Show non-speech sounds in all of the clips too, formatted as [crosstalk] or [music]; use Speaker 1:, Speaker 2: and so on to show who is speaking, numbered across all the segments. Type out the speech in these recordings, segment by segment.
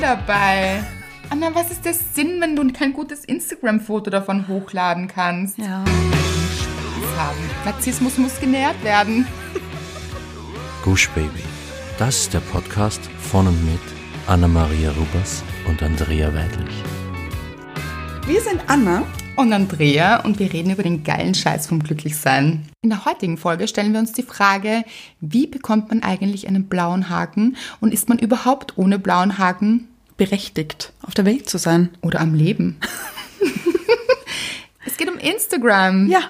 Speaker 1: dabei. Anna, was ist der Sinn, wenn du kein gutes Instagram-Foto davon hochladen kannst?
Speaker 2: Ja.
Speaker 1: Spaß haben. Narzissmus muss genährt werden.
Speaker 3: Gush Baby. Das ist der Podcast von und mit Anna-Maria Rubers und Andrea Weidlich.
Speaker 2: Wir sind Anna.
Speaker 1: Und Andrea und wir reden über den geilen Scheiß vom Glücklichsein. In der heutigen Folge stellen wir uns die Frage, wie bekommt man eigentlich einen blauen Haken und ist man überhaupt ohne blauen Haken
Speaker 2: Berechtigt, auf der Welt zu sein.
Speaker 1: oder
Speaker 2: [laughs]
Speaker 1: am Leben? es geht um Instagram.
Speaker 2: Ja.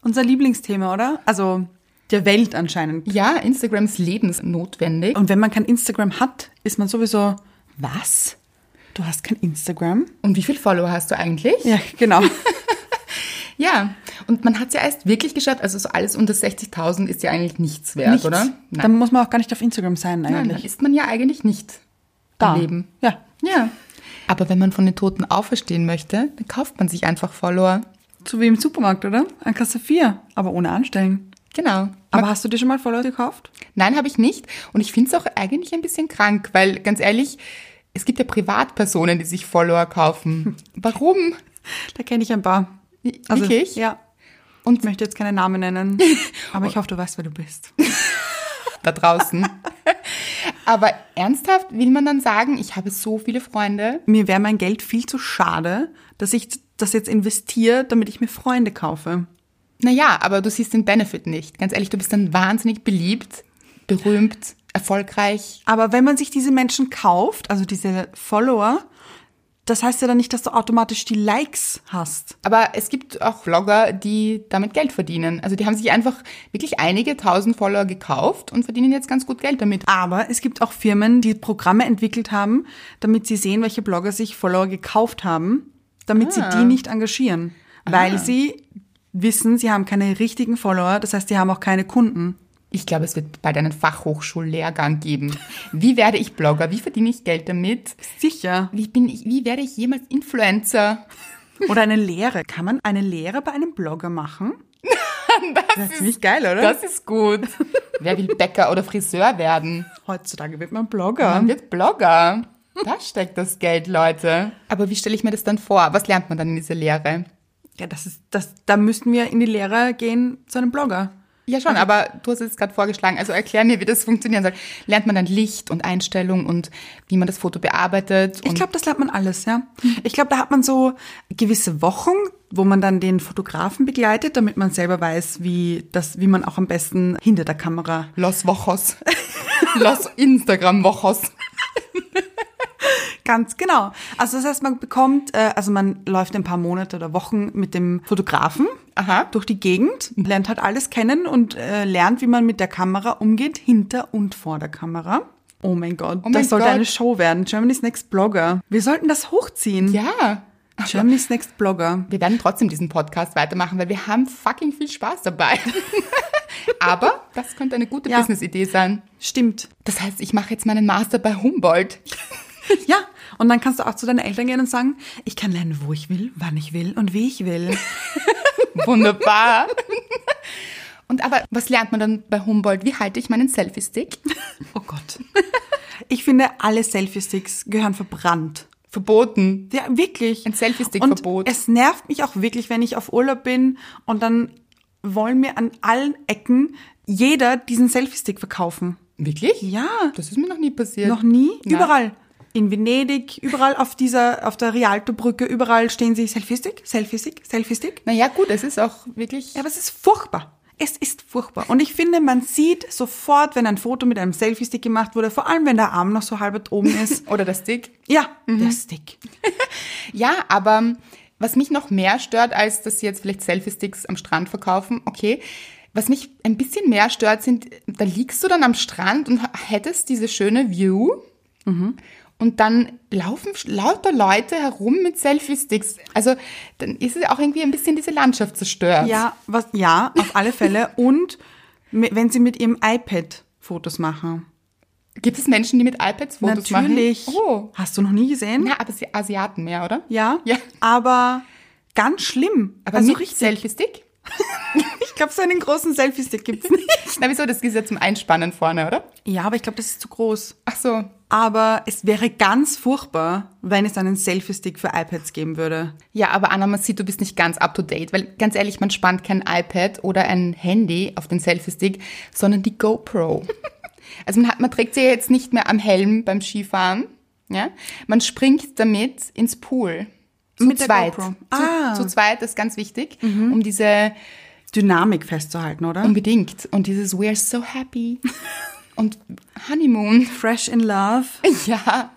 Speaker 2: Unser Lieblingsthema, oder? Also der Welt anscheinend.
Speaker 1: Ja, Instagram ist lebensnotwendig.
Speaker 2: Und wenn man kein Instagram hat, ist man sowieso, was? Du hast kein Instagram?
Speaker 1: Und wie viele Follower hast du eigentlich?
Speaker 2: Ja, [laughs] genau.
Speaker 1: Ja, und man hat es ja erst wirklich geschafft. Also so alles unter 60.000 ist ja eigentlich nichts wert,
Speaker 2: Nichts.
Speaker 1: oder?
Speaker 2: Dann muss man auch gar nicht auf Instagram sein
Speaker 1: Nein,
Speaker 2: eigentlich.
Speaker 1: dann ist man ja eigentlich nicht
Speaker 2: da.
Speaker 1: am Leben.
Speaker 2: Ja.
Speaker 1: Ja. Aber wenn man von den Toten auferstehen möchte, dann kauft man sich einfach Follower.
Speaker 2: So wie im Supermarkt, oder? An Kasse 4, aber ohne Anstellen.
Speaker 1: Genau.
Speaker 2: Aber hast du dir schon mal Follower gekauft?
Speaker 1: Nein, habe ich nicht. Und ich finde es auch eigentlich ein bisschen krank, weil ganz ehrlich, es gibt ja Privatpersonen, die sich Follower [laughs] kaufen. Warum?
Speaker 2: Da kenne ich ein paar.
Speaker 1: Wirklich?
Speaker 2: Also, Ja.
Speaker 1: Und-
Speaker 2: Und ich möchte jetzt keine Namen [laughs] nennen, aber ich hoffe, du weißt, wer du bist.
Speaker 1: Da draußen. [laughs] Aber ernsthaft will man dann sagen, ich habe so viele Freunde.
Speaker 2: Mir wäre mein Geld viel zu schade, dass ich das jetzt investiere, damit ich mir Freunde kaufe.
Speaker 1: Naja, aber du siehst den Benefit nicht. Ganz ehrlich, du bist dann wahnsinnig beliebt, berühmt, erfolgreich.
Speaker 2: Aber wenn man sich diese Menschen kauft, also diese Follower, das heißt ja dann nicht, dass du automatisch die Likes hast.
Speaker 1: Aber es gibt auch Vlogger, die damit Geld verdienen. Also die haben sich einfach wirklich einige tausend Follower gekauft und verdienen jetzt ganz gut Geld damit.
Speaker 2: Aber es gibt auch Firmen, die Programme entwickelt haben, damit sie sehen, welche Blogger sich Follower gekauft haben, damit sie die nicht engagieren. Weil sie wissen, sie haben keine richtigen Follower, das heißt, sie haben auch keine Kunden.
Speaker 1: Ich glaube, es wird bald einen Fachhochschullehrgang geben. Wie werde ich Blogger? Wie verdiene ich Geld damit?
Speaker 2: Sicher.
Speaker 1: Wie, bin ich, wie werde ich jemals Influencer?
Speaker 2: Oder eine Lehre. Kann man eine Lehre bei einem Blogger machen? [laughs] Das, ist ziemlich geil, oder?
Speaker 1: Das ist gut. Wer will Bäcker oder Friseur werden?
Speaker 2: Heutzutage wird man Blogger.
Speaker 1: Man wird Blogger. Da steckt das Geld, Leute. Aber wie stelle ich mir das dann vor? Was lernt man dann in dieser Lehre?
Speaker 2: Ja, das ist, das, da müssten wir in die Lehre gehen zu einem Blogger.
Speaker 1: Ja, schon, aber du hast es gerade vorgeschlagen. Also erklär mir, wie das funktionieren soll. Lernt man dann Licht und Einstellung und wie man das Foto bearbeitet?
Speaker 2: Ich
Speaker 1: und-
Speaker 2: glaube, das lernt man alles, ja. Ich glaube, da hat man so gewisse Wochen, wo man dann den Fotografen begleitet, damit man selber weiß, wie das, wie man auch am besten hinter der Kamera.
Speaker 1: Los [laughs] Wochos. Los Instagram Wochos.
Speaker 2: Ganz genau. Also das heißt, man bekommt, äh, also man läuft ein paar Monate oder Wochen mit dem Fotografen
Speaker 1: Aha.
Speaker 2: durch die Gegend, lernt halt alles kennen und äh, lernt, wie man mit der Kamera umgeht, hinter und vor der Kamera. Oh mein Gott,
Speaker 1: mein
Speaker 2: das sollte
Speaker 1: Gott.
Speaker 2: eine Show werden. Germany's Next Blogger. Wir sollten das hochziehen.
Speaker 1: Ja.
Speaker 2: Germany's Next Blogger.
Speaker 1: Wir werden trotzdem diesen Podcast weitermachen, weil wir haben fucking viel Spaß dabei. [laughs] aber das könnte eine gute
Speaker 2: Ja.
Speaker 1: Business-Idee sein.
Speaker 2: Stimmt.
Speaker 1: Das heißt, ich mache jetzt meinen Master bei Humboldt.
Speaker 2: Ja, und dann kannst du auch zu deinen Eltern gehen und sagen, ich kann lernen, wo ich will, wann ich will und wie ich will.
Speaker 1: [laughs] Wunderbar. [laughs] Und aber was lernt man dann bei Humboldt? Wie halte ich meinen Selfie-Stick?
Speaker 2: Oh Gott. Ich finde, alle Selfie-Sticks gehören verbrannt.
Speaker 1: Verboten.
Speaker 2: Ja, wirklich.
Speaker 1: Ein Selfie-Stick
Speaker 2: Und
Speaker 1: Verbot.
Speaker 2: Es nervt mich auch wirklich, wenn ich auf Urlaub bin und dann wollen mir an allen Ecken jeder diesen Selfie-Stick verkaufen.
Speaker 1: Wirklich?
Speaker 2: Ja.
Speaker 1: Das ist mir noch nie passiert.
Speaker 2: Noch nie?
Speaker 1: Nein.
Speaker 2: Überall. In Venedig, überall auf dieser, auf der Rialto-Brücke, überall stehen sie Selfie-Stick, Selfie-Stick, Selfie-Stick.
Speaker 1: Naja, gut, es ist auch wirklich.
Speaker 2: Ja, aber es ist furchtbar. Es ist furchtbar. Und ich finde, man sieht sofort, wenn ein Foto mit einem Selfie-Stick gemacht wurde, vor allem wenn der Arm noch so halb oben
Speaker 1: [laughs]
Speaker 2: ist.
Speaker 1: Oder der Stick.
Speaker 2: Ja,
Speaker 1: Mhm.
Speaker 2: der Stick.
Speaker 1: Ja, aber was mich noch mehr stört, als dass sie jetzt vielleicht Selfie-Sticks am Strand verkaufen, okay. Was mich ein bisschen mehr stört, sind, da liegst du dann am Strand und hättest diese schöne View.
Speaker 2: Mhm.
Speaker 1: Und dann laufen sch- lauter Leute herum mit Selfie-Sticks. Also, dann ist es auch irgendwie ein bisschen diese Landschaft zerstört.
Speaker 2: Ja, was, ja, auf alle Fälle. Und mi- wenn sie mit ihrem iPad Fotos machen.
Speaker 1: Gibt es Menschen, die mit iPads Fotos machen?
Speaker 2: Natürlich.
Speaker 1: Oh.
Speaker 2: Hast du noch nie gesehen?
Speaker 1: Na, aber sie Asiaten mehr, oder?
Speaker 2: Ja.
Speaker 1: Ja.
Speaker 2: Aber ganz schlimm.
Speaker 1: Aber
Speaker 2: also
Speaker 1: mit
Speaker 2: richtig.
Speaker 1: Selfie-Stick?
Speaker 2: Ich glaube, so einen großen Selfie-Stick gibt's nicht.
Speaker 1: Na, wieso? Das ist ja zum Einspannen vorne, oder?
Speaker 2: Ja, aber ich glaube, das ist zu groß.
Speaker 1: Ach so.
Speaker 2: Aber es wäre ganz furchtbar, wenn es einen Selfie-Stick für iPads geben würde.
Speaker 1: Ja, aber Anna, man sieht, du bist nicht ganz up to date, weil ganz ehrlich, man spannt kein iPad oder ein Handy auf den Selfie-Stick, sondern die GoPro.
Speaker 2: [laughs]
Speaker 1: also man, hat, man trägt sie ja jetzt nicht mehr am Helm beim Skifahren. Ja? Man springt damit ins Pool. Zu
Speaker 2: Mit der
Speaker 1: zweit.
Speaker 2: GoPro.
Speaker 1: Zu,
Speaker 2: Ah. Mhm.
Speaker 1: zu zweit ist ganz wichtig, um diese
Speaker 2: Dynamik festzuhalten, oder?
Speaker 1: Unbedingt. Und dieses We're
Speaker 2: [laughs]
Speaker 1: so happy. Und Honeymoon.
Speaker 2: Fresh in Love.
Speaker 1: Ja.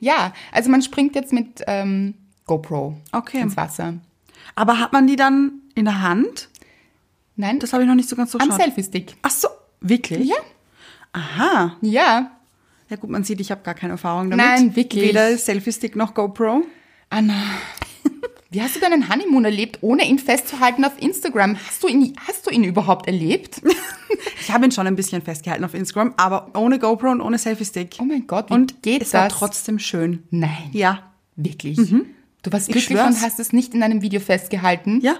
Speaker 1: Ja. Also man springt jetzt mit ähm, GoPro
Speaker 2: Okay.
Speaker 1: ins Wasser.
Speaker 2: Aber hat man die dann in der Hand?
Speaker 1: Nein,
Speaker 2: Das habe ich noch nicht so ganz so
Speaker 1: am Selfie-Stick.
Speaker 2: Ach so, wirklich?
Speaker 1: Ja.
Speaker 2: Aha.
Speaker 1: Ja.
Speaker 2: Ja gut, man sieht, ich habe gar keine Erfahrung damit.
Speaker 1: Nein, wirklich.
Speaker 2: Weder Selfie-Stick noch GoPro.
Speaker 1: Anna. Wie hast du deinen Honeymoon erlebt, ohne ihn festzuhalten auf Instagram? Hast du ihn, hast du ihn überhaupt erlebt?
Speaker 2: Ich habe ihn schon ein bisschen festgehalten auf Instagram, aber ohne GoPro und ohne Selfie-Stick.
Speaker 1: Oh mein Gott, wie
Speaker 2: Und
Speaker 1: geht
Speaker 2: es war
Speaker 1: das?
Speaker 2: trotzdem schön.
Speaker 1: Nein.
Speaker 2: Ja. Mhm.
Speaker 1: Wirklich. Du warst
Speaker 2: Ich
Speaker 1: glücklich
Speaker 2: schwör's.
Speaker 1: und hast es nicht in einem Video festgehalten.
Speaker 2: Ja.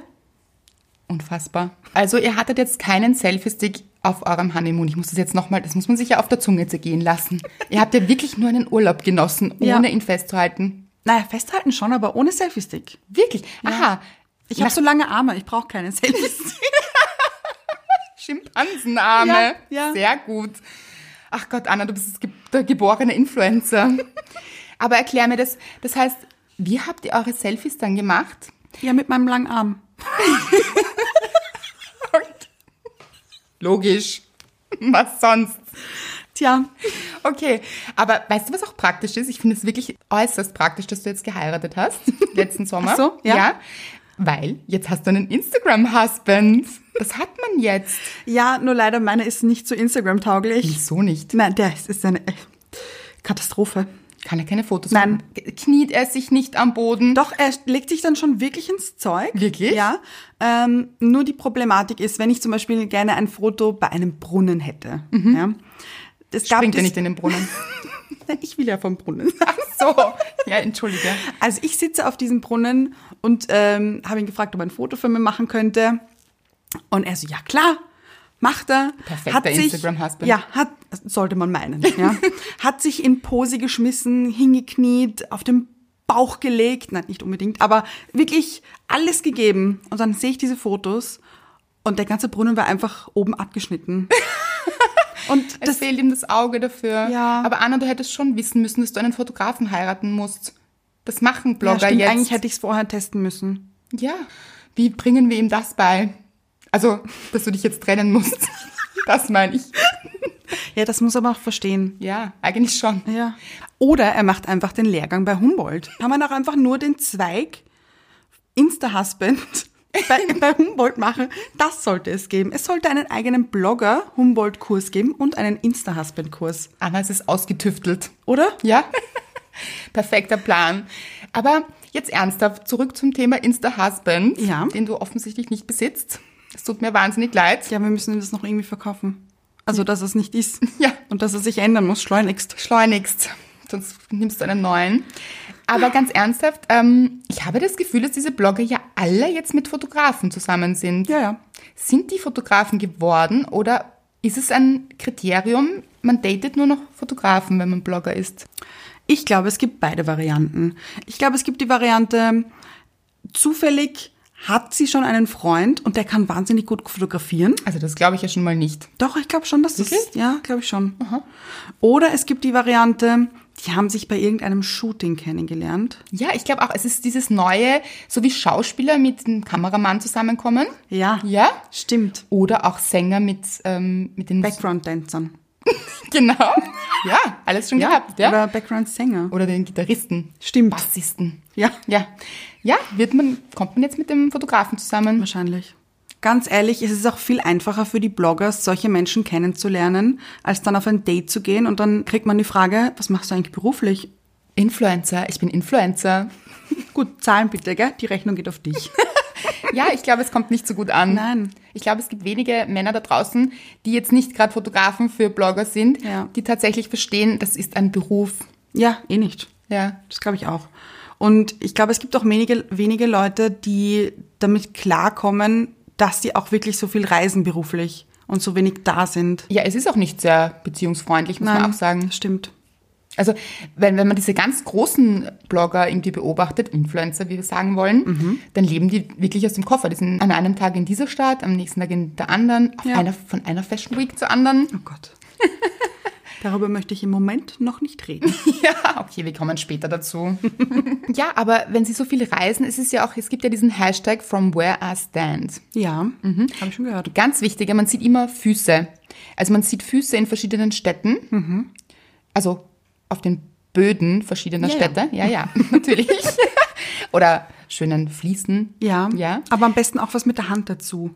Speaker 1: Unfassbar. Also ihr hattet jetzt keinen Selfie-Stick auf eurem Honeymoon. Ich muss das jetzt nochmal, das muss man sich ja auf der Zunge zergehen lassen. ihr habt ja wirklich nur einen Urlaub genossen, ohne
Speaker 2: Ja.
Speaker 1: ihn festzuhalten.
Speaker 2: Naja, festhalten schon, aber ohne Selfie-Stick.
Speaker 1: Wirklich. Aha.
Speaker 2: Ich habe
Speaker 1: Nach-
Speaker 2: so lange Arme, ich brauche keine Selfies.
Speaker 1: Schimpansenarme.
Speaker 2: Ja, ja.
Speaker 1: Sehr gut. Ach Gott, Anna, du bist das ge- der geborene Influencer. [laughs] Aber erklär mir das. Das heißt, wie habt ihr eure Selfies dann gemacht?
Speaker 2: ja, mit meinem langen Arm.
Speaker 1: Logisch. [laughs] Was sonst?
Speaker 2: Tja,
Speaker 1: Okay, aber weißt du, was auch praktisch ist? Ich finde es wirklich äußerst praktisch, dass du jetzt geheiratet hast, [laughs] letzten Sommer.
Speaker 2: Ach so, ja.
Speaker 1: Weil jetzt hast du einen Instagram-Husband. Das hat man jetzt.
Speaker 2: ja, nur leider meiner ist nicht so Instagram-tauglich.
Speaker 1: Wieso nicht?
Speaker 2: Nein, der ist, ist eine äh, Katastrophe.
Speaker 1: Kann er keine Fotos
Speaker 2: Nein.
Speaker 1: machen? K- Kniet er sich nicht am Boden?
Speaker 2: Doch, er legt sich dann schon wirklich ins Zeug.
Speaker 1: Wirklich?
Speaker 2: Ja. Ähm, nur die Problematik ist, wenn ich zum Beispiel gerne ein Foto bei einem Brunnen hätte. Ja, das gab
Speaker 1: Mhm. Springt er
Speaker 2: das-
Speaker 1: nicht in den Brunnen?
Speaker 2: Nein, [laughs] Ich will ja vom Brunnen.
Speaker 1: Ach
Speaker 2: [laughs]
Speaker 1: so. Ja, entschuldige.
Speaker 2: Also ich sitze auf diesem Brunnen und ähm, habe ihn gefragt, ob er ein Foto für mich machen könnte. Und er so, ja klar, macht er.
Speaker 1: Perfekter
Speaker 2: Hat sich-
Speaker 1: Instagram-Husband.
Speaker 2: Ja, hat, sollte man meinen.
Speaker 1: [laughs]
Speaker 2: Ja. hat sich in Pose geschmissen, hingekniet, auf den Bauch gelegt. Nein, nicht unbedingt, aber wirklich alles gegeben. Und dann sehe ich diese Fotos und der ganze Brunnen war einfach oben
Speaker 1: [laughs]
Speaker 2: abgeschnitten. und
Speaker 1: Es
Speaker 2: das,
Speaker 1: fehlt ihm das Auge dafür.
Speaker 2: Ja.
Speaker 1: Aber Anna, du hättest schon wissen müssen, dass du einen Fotografen heiraten musst. Das machen
Speaker 2: ja,
Speaker 1: Blogger
Speaker 2: stimmt,
Speaker 1: jetzt.
Speaker 2: eigentlich hätte ich es vorher testen müssen.
Speaker 1: Ja, wie bringen wir ihm das bei? Also, dass du dich jetzt trennen musst. [laughs] Das meine ich.
Speaker 2: Ja, das muss er aber auch verstehen.
Speaker 1: Ja, eigentlich schon.
Speaker 2: Ja. Oder er macht einfach den Lehrgang bei Humboldt. Kann man auch einfach nur den Zweig Insta-Husband [laughs] bei, bei Humboldt machen? Das sollte es geben. Es sollte einen eigenen Blogger-Humboldt-Kurs geben und einen Insta-Husband-Kurs.
Speaker 1: Anna, es ist ausgetüftelt.
Speaker 2: Oder?
Speaker 1: Ja? [laughs] Perfekter Plan. Aber jetzt ernsthaft, zurück zum Thema Insta-Husband,
Speaker 2: Ja.
Speaker 1: den du offensichtlich nicht besitzt. Es tut mir wahnsinnig leid.
Speaker 2: Ja, wir müssen ihm das noch irgendwie verkaufen. Also, dass es nicht [laughs] ist.
Speaker 1: Ja.
Speaker 2: Und dass es sich ändern muss, schleunigst.
Speaker 1: Schleunigst, sonst nimmst du einen neuen. Aber ganz ernsthaft, ähm, ich habe das Gefühl, dass diese Blogger ja alle jetzt mit Fotografen zusammen sind.
Speaker 2: Ja, ja.
Speaker 1: Sind die Fotografen geworden oder ist es ein Kriterium, man datet nur noch Fotografen, wenn man Blogger ist?
Speaker 2: Ich glaube, es gibt beide Varianten. Ich glaube, es gibt die Variante, zufällig hat sie schon einen Freund und der kann wahnsinnig gut fotografieren.
Speaker 1: Also das glaube ich ja schon mal nicht.
Speaker 2: Doch, ich glaube schon, dass das
Speaker 1: Wirklich?
Speaker 2: Ja, glaube ich schon. Oder es gibt die Variante, die haben sich bei irgendeinem Shooting kennengelernt.
Speaker 1: Ja, ich glaube auch, es ist dieses neue, so wie Schauspieler mit einem Kameramann zusammenkommen.
Speaker 2: Ja.
Speaker 1: Ja?
Speaker 2: Stimmt.
Speaker 1: Oder auch Sänger mit, ähm, mit den...
Speaker 2: Background-Dancern.
Speaker 1: [laughs] Genau. Ja, alles schon gehabt. Ja?
Speaker 2: Oder Background-Sänger.
Speaker 1: Oder den Gitarristen.
Speaker 2: Stimmt.
Speaker 1: Bassisten.
Speaker 2: Ja.
Speaker 1: Ja. Ja, wird man, kommt man jetzt mit dem Fotografen zusammen?
Speaker 2: Wahrscheinlich. Ganz ehrlich, es ist auch viel einfacher für die Bloggers, solche Menschen kennenzulernen, als dann auf ein Date zu gehen und dann kriegt man die Frage, was machst du eigentlich beruflich?
Speaker 1: Influencer, ich bin Influencer.
Speaker 2: Gut, zahlen bitte, gell? Die Rechnung geht auf
Speaker 1: [laughs]
Speaker 2: dich.
Speaker 1: Ja, ich glaube, es kommt nicht so gut an.
Speaker 2: Nein.
Speaker 1: Ich glaube, es gibt wenige Männer da draußen, die jetzt nicht gerade Fotografen für Blogger sind,
Speaker 2: Ja.
Speaker 1: die tatsächlich verstehen, das ist ein Beruf.
Speaker 2: ja, eh nicht.
Speaker 1: Ja.
Speaker 2: Das glaube ich auch. Und ich glaube, es gibt auch wenige, wenige Leute, die damit klarkommen, dass sie auch wirklich so viel reisen beruflich und so wenig da sind.
Speaker 1: Ja, es ist auch nicht sehr beziehungsfreundlich, muss man auch sagen.
Speaker 2: Stimmt.
Speaker 1: Also, wenn, wenn man diese ganz großen Blogger irgendwie beobachtet, Influencer, wie wir sagen wollen, dann leben die wirklich aus dem Koffer. Die sind an einem Tag in dieser Stadt, am nächsten Tag in der anderen, auf
Speaker 2: Ja.
Speaker 1: einer, von einer Fashion Week zur anderen.
Speaker 2: Oh
Speaker 1: [laughs]
Speaker 2: Gott. Darüber möchte ich im Moment noch nicht
Speaker 1: [laughs]
Speaker 2: reden.
Speaker 1: Ja, okay, wir kommen später dazu. ja, aber wenn sie so viel reisen, ist es ja auch, es gibt ja diesen Hashtag from where I stand.
Speaker 2: Ja,
Speaker 1: Mhm.
Speaker 2: habe ich schon gehört.
Speaker 1: Ganz wichtig, man sieht immer Füße. Also man sieht Füße in verschiedenen Städten. Also auf den Böden verschiedener
Speaker 2: Ja, ja.
Speaker 1: Städte. Ja, ja, [laughs] natürlich. Oder schönen Fliesen.
Speaker 2: Ja,
Speaker 1: Ja.
Speaker 2: aber am besten auch was mit der Hand dazu,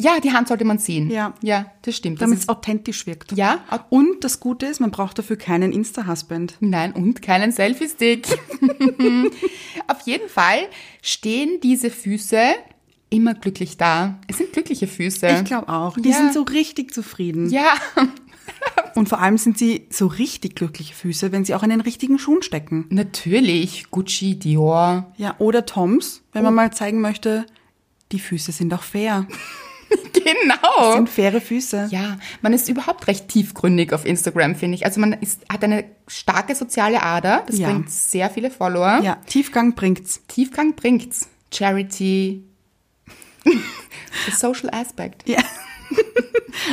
Speaker 1: Ja, die Hand sollte man sehen.
Speaker 2: Ja.
Speaker 1: Ja, das stimmt. Das
Speaker 2: damit
Speaker 1: ist,
Speaker 2: es authentisch wirkt.
Speaker 1: ja,
Speaker 2: Und das Gute ist, man braucht dafür keinen Insta-Husband.
Speaker 1: Nein, und keinen Selfie-Stick. [laughs] Auf jeden Fall stehen diese Füße immer glücklich da. Es sind glückliche Füße.
Speaker 2: Ich glaube auch. Die
Speaker 1: Ja.
Speaker 2: sind so richtig zufrieden.
Speaker 1: ja, [laughs]
Speaker 2: Und vor allem sind sie so richtig glückliche Füße, wenn sie auch in den richtigen Schuhen stecken.
Speaker 1: natürlich. Gucci, Dior. [laughs]
Speaker 2: Ja, oder Toms, wenn
Speaker 1: Oh.
Speaker 2: man mal zeigen möchte, die Füße sind auch fair. Das
Speaker 1: Genau.
Speaker 2: sind faire Füße.
Speaker 1: Ja, man ist überhaupt recht tiefgründig auf Instagram, finde ich. Also man ist, hat eine starke soziale Ader. Das
Speaker 2: Ja.
Speaker 1: bringt sehr viele Follower.
Speaker 2: ja Tiefgang bringt's.
Speaker 1: Tiefgang bringt's. Charity. [laughs] The social aspect.
Speaker 2: Ja.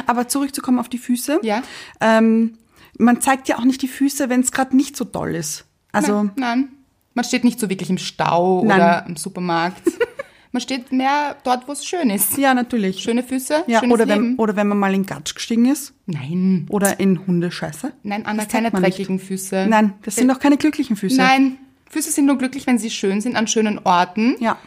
Speaker 2: Aber zurückzukommen auf die Füße.
Speaker 1: Ja.
Speaker 2: Ähm, man zeigt ja auch nicht die Füße, wenn es gerade nicht so toll ist. Also
Speaker 1: Nein, nein. Man steht nicht so wirklich im Stau
Speaker 2: Nein.
Speaker 1: oder im Supermarkt. [laughs] Man steht mehr dort, wo es schön ist.
Speaker 2: ja, natürlich.
Speaker 1: Schöne Füße,
Speaker 2: ja,
Speaker 1: schönes
Speaker 2: oder wenn
Speaker 1: Leben.
Speaker 2: oder wenn man mal in Gatsch gestiegen ist
Speaker 1: nein,
Speaker 2: oder in Hundescheiße.
Speaker 1: nein, Anna,
Speaker 2: Das
Speaker 1: keine
Speaker 2: zeigt man nicht.
Speaker 1: dreckigen Füße. Äh,
Speaker 2: Nein, das sind auch keine glücklichen Füße.
Speaker 1: Nein, Füße sind nur glücklich, wenn sie schön sind, an schönen Orten.
Speaker 2: Ja.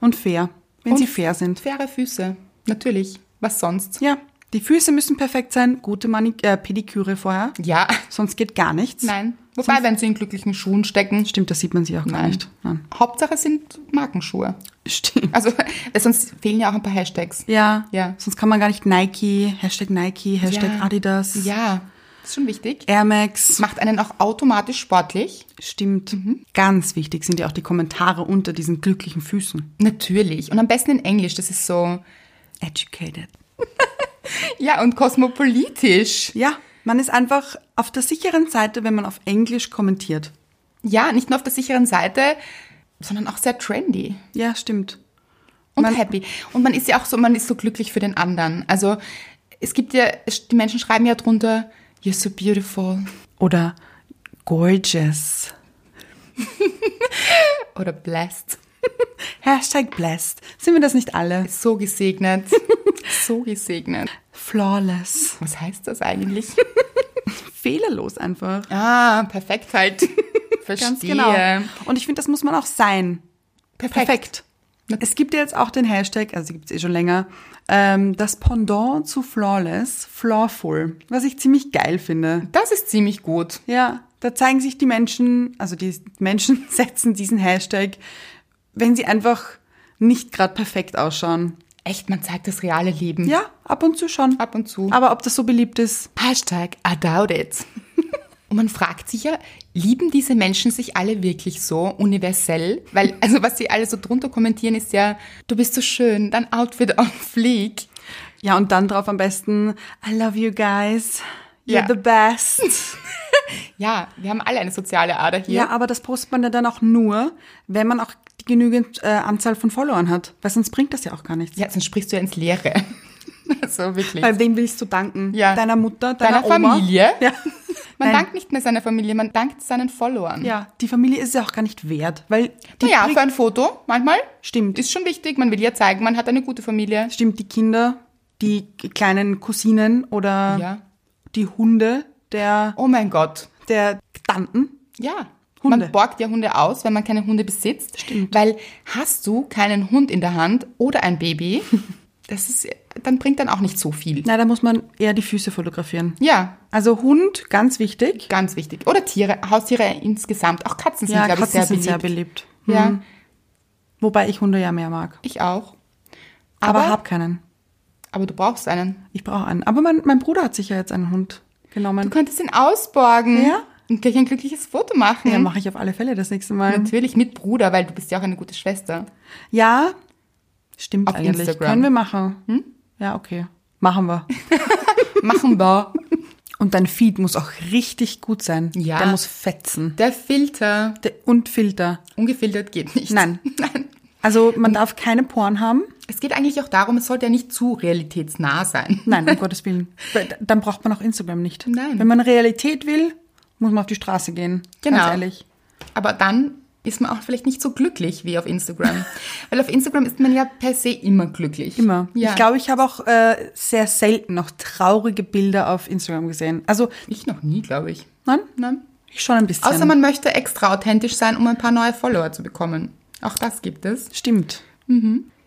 Speaker 2: Und fair, wenn
Speaker 1: Und
Speaker 2: sie fair sind.
Speaker 1: Faire Füße, natürlich. Was sonst?
Speaker 2: Ja, die Füße müssen perfekt sein, gute Mani äh, Pediküre vorher,
Speaker 1: Ja,
Speaker 2: sonst geht gar nichts.
Speaker 1: nein. Wobei, wenn sie in glücklichen Schuhen stecken,
Speaker 2: Stimmt, das sieht man sich auch gar
Speaker 1: Nein.
Speaker 2: nicht. Nein.
Speaker 1: Hauptsache es sind Markenschuhe.
Speaker 2: Stimmt.
Speaker 1: Also, [laughs] weil sonst fehlen ja auch ein paar Hashtags.
Speaker 2: Ja,
Speaker 1: Ja.
Speaker 2: sonst kann man gar nicht Nike, Hashtag Nike, Hashtag
Speaker 1: Ja.
Speaker 2: Adidas,
Speaker 1: Ja, ist schon wichtig.
Speaker 2: Air Max.
Speaker 1: Macht einen auch automatisch sportlich.
Speaker 2: Stimmt. Ganz wichtig sind ja auch die Kommentare unter diesen glücklichen Füßen.
Speaker 1: Natürlich. Und am besten in Englisch. Das ist so.
Speaker 2: Educated.
Speaker 1: Ja, und kosmopolitisch.
Speaker 2: Ja, man ist einfach auf der sicheren Seite, wenn man auf Englisch kommentiert.
Speaker 1: Ja, nicht nur auf der sicheren Seite, sondern auch sehr trendy
Speaker 2: Ja, stimmt.
Speaker 1: und
Speaker 2: Man-
Speaker 1: happy. Und man ist ja auch so, man ist so glücklich für den anderen. Also es gibt ja, es- die Menschen schreiben ja drunter, you're so beautiful
Speaker 2: Oder gorgeous.
Speaker 1: oder blessed.
Speaker 2: Hashtag blessed. Sind wir das nicht alle? [laughs]
Speaker 1: So gesegnet. so gesegnet.
Speaker 2: Flawless.
Speaker 1: Was heißt
Speaker 2: [laughs]
Speaker 1: das eigentlich?
Speaker 2: Fehlerlos einfach.
Speaker 1: Ah, perfekt halt. Verstehe.
Speaker 2: Und ich finde, das muss man auch sein.
Speaker 1: Perfekt.
Speaker 2: genau. Perfekt. Es gibt ja jetzt auch den Hashtag, also gibt es eh schon länger, ähm, das Pendant zu flawless, flawful, was ich ziemlich geil finde.
Speaker 1: Das ist ziemlich gut.
Speaker 2: Ja, da zeigen sich die Menschen, also die Menschen [laughs] setzen diesen Hashtag, wenn sie einfach nicht gerade perfekt ausschauen.
Speaker 1: Echt, man zeigt das reale Leben.
Speaker 2: Ja, ab und zu schon.
Speaker 1: Ab und zu.
Speaker 2: Aber ob das so beliebt ist,
Speaker 1: Hashtag I
Speaker 2: [laughs]
Speaker 1: doubt it. Und man fragt sich ja, lieben diese Menschen sich alle wirklich so universell? Weil, also was sie alle so drunter kommentieren, ist ja, du bist so schön, dein Outfit [laughs] on fleek.
Speaker 2: ja, und dann drauf am besten, I love you guys, you're
Speaker 1: Ja.
Speaker 2: the best.
Speaker 1: Ja, wir haben alle eine soziale Ader hier.
Speaker 2: Ja, aber das postet man ja dann auch nur, wenn man auch die genügend äh, Anzahl von Followern hat. Weil sonst bringt das ja auch gar nichts.
Speaker 1: Ja, sonst sprichst du ja ins Leere. [laughs] Also wirklich.
Speaker 2: Bei wem willst du danken?
Speaker 1: Ja.
Speaker 2: Deiner Mutter, deiner,
Speaker 1: Deiner
Speaker 2: Oma?
Speaker 1: Familie?
Speaker 2: [laughs] Ja.
Speaker 1: Man
Speaker 2: Nein.
Speaker 1: dankt nicht mehr seiner Familie, man dankt seinen Followern.
Speaker 2: ja, die Familie ist es ja auch gar nicht wert, weil die
Speaker 1: Naja,
Speaker 2: bringt-
Speaker 1: für ein Foto manchmal.
Speaker 2: Stimmt.
Speaker 1: Ist schon wichtig, man will ja zeigen, man hat eine gute Familie.
Speaker 2: stimmt die Kinder, die kleinen Cousinen oder
Speaker 1: Ja.
Speaker 2: die Hunde der
Speaker 1: Oh mein Gott.
Speaker 2: der Tanten.
Speaker 1: Ja.
Speaker 2: Hunde.
Speaker 1: Man borgt ja Hunde aus, wenn man keine Hunde besitzt. Stimmt. Weil hast du keinen Hund in der Hand oder ein
Speaker 2: [laughs]
Speaker 1: Baby, das ist, dann bringt dann auch nicht so viel.
Speaker 2: Na, da muss man eher die Füße fotografieren.
Speaker 1: Ja,
Speaker 2: Also Hund ganz wichtig.
Speaker 1: ganz wichtig. Oder Tiere, Haustiere insgesamt. Auch Katzen sind, glaube ich, sehr beliebt.
Speaker 2: beliebt. Hm.
Speaker 1: ja,
Speaker 2: Wobei ich Hunde ja mehr mag.
Speaker 1: ich auch.
Speaker 2: Aber,
Speaker 1: Aber-
Speaker 2: hab keinen.
Speaker 1: Aber du brauchst einen.
Speaker 2: Ich brauche einen. Aber mein, mein Bruder hat sich ja jetzt einen Hund
Speaker 1: Du
Speaker 2: genommen.
Speaker 1: könntest ihn ausborgen.
Speaker 2: Ja.
Speaker 1: Und gleich ein glückliches Foto machen.
Speaker 2: Ja, mache ich auf alle Fälle das nächste Mal.
Speaker 1: Natürlich mit Bruder, weil du bist ja auch eine gute Schwester.
Speaker 2: Ja, stimmt
Speaker 1: Auf
Speaker 2: eigentlich.
Speaker 1: Instagram. Hm?
Speaker 2: Können wir machen. Ja, okay. Machen wir.
Speaker 1: [laughs] Machen wir.
Speaker 2: Und dein Feed muss auch richtig gut sein.
Speaker 1: Ja.
Speaker 2: Der muss fetzen.
Speaker 1: Der Filter.
Speaker 2: Der- Und Filter.
Speaker 1: Ungefiltert geht nicht.
Speaker 2: Nein.
Speaker 1: [laughs] Nein.
Speaker 2: Also man darf keine Porn haben.
Speaker 1: Es geht eigentlich auch darum, es sollte ja nicht zu realitätsnah sein.
Speaker 2: Nein,
Speaker 1: [laughs]
Speaker 2: um Gottes Willen. Weil Dann braucht man auch Instagram nicht.
Speaker 1: Nein.
Speaker 2: Wenn man Realität will, muss man auf die Straße gehen.
Speaker 1: Genau.
Speaker 2: Ganz ehrlich.
Speaker 1: Aber dann ist man auch vielleicht nicht so glücklich wie auf
Speaker 2: [laughs]
Speaker 1: Instagram. Weil auf Instagram ist man ja per se immer glücklich.
Speaker 2: Immer.
Speaker 1: Ja.
Speaker 2: Ich glaube, ich habe auch äh, sehr selten noch traurige Bilder auf Instagram gesehen. Also,
Speaker 1: Ich noch nie, glaube ich.
Speaker 2: nein,
Speaker 1: Nein.
Speaker 2: ich schon ein bisschen.
Speaker 1: Außer man möchte extra authentisch sein, um ein paar neue Follower zu bekommen. Auch das gibt es.
Speaker 2: Stimmt.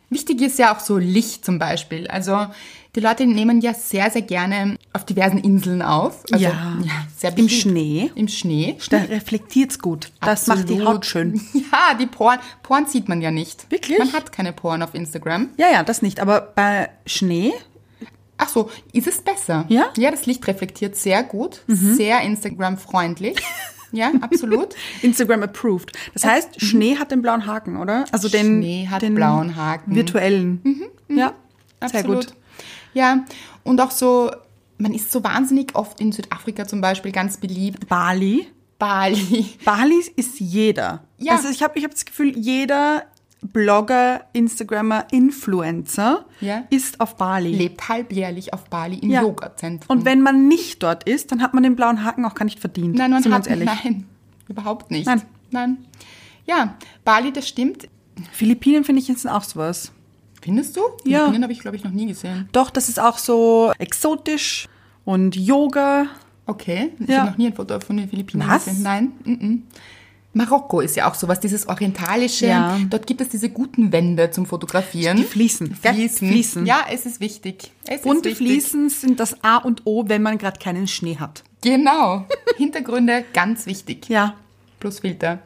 Speaker 1: Wichtig ist ja auch so Licht zum Beispiel. Also die Leute nehmen ja sehr, sehr gerne auf diversen Inseln auf. Also,
Speaker 2: Ja.
Speaker 1: sehr
Speaker 2: Im
Speaker 1: beliebt.
Speaker 2: Schnee.
Speaker 1: Im Schnee.
Speaker 2: Da reflektiert's gut. Das macht die
Speaker 1: Absolut.
Speaker 2: Haut schön.
Speaker 1: [laughs] Ja, die Porn, Porn sieht man ja nicht.
Speaker 2: Wirklich?
Speaker 1: Man hat keine Porn auf Instagram.
Speaker 2: Ja, ja, das nicht. Aber bei Schnee,
Speaker 1: Ach so, ist es besser?
Speaker 2: Ja? Mhm.
Speaker 1: Ja, das Licht reflektiert sehr gut,
Speaker 2: [laughs]
Speaker 1: sehr Instagram-freundlich. ja, absolut.
Speaker 2: Instagram approved. Das heißt, Schnee hat den blauen Haken, oder? Also den,
Speaker 1: Mhm. Schnee hat
Speaker 2: den
Speaker 1: blauen Haken. Mhm,
Speaker 2: virtuellen. Ja, sehr
Speaker 1: Absolut.
Speaker 2: gut.
Speaker 1: Ja, und auch so, man ist so wahnsinnig oft in Südafrika zum Beispiel ganz beliebt.
Speaker 2: Bali.
Speaker 1: Bali.
Speaker 2: [laughs] Bali ist jeder.
Speaker 1: Ja.
Speaker 2: Also ich habe ich hab das Gefühl, jeder Blogger, Instagrammer, Influencer
Speaker 1: Ja.
Speaker 2: ist auf Bali.
Speaker 1: lebt halbjährlich auf Bali im
Speaker 2: Ja.
Speaker 1: Yoga-Zentrum.
Speaker 2: Und wenn man nicht dort ist, dann hat man den blauen Haken auch gar nicht verdient.
Speaker 1: nein, man
Speaker 2: sind wir
Speaker 1: hat,
Speaker 2: uns ehrlich.
Speaker 1: nein, überhaupt nicht.
Speaker 2: Nein.
Speaker 1: Nein. Ja, Bali, das stimmt.
Speaker 2: Philippinen finde ich jetzt auch sowas.
Speaker 1: Findest du?
Speaker 2: Ja.
Speaker 1: Philippinen habe ich, glaube ich, noch nie gesehen.
Speaker 2: Doch, das ist auch so exotisch und Yoga.
Speaker 1: Okay. Ich
Speaker 2: Ja.
Speaker 1: habe noch nie ein Foto von den Philippinen
Speaker 2: Was?
Speaker 1: gesehen. Nein. mhm. Marokko ist ja auch sowas, dieses orientalische.
Speaker 2: Ja.
Speaker 1: Dort gibt es diese guten Wände zum Fotografieren.
Speaker 2: Die Fliesen. Gell?
Speaker 1: Fließen.
Speaker 2: Fließen.
Speaker 1: Ja, es ist wichtig. Es
Speaker 2: Bunte
Speaker 1: ist wichtig.
Speaker 2: Fliesen sind das A und O, wenn man gerade keinen Schnee hat.
Speaker 1: Genau. [laughs] Hintergründe, ganz wichtig.
Speaker 2: Ja.
Speaker 1: Plus Filter.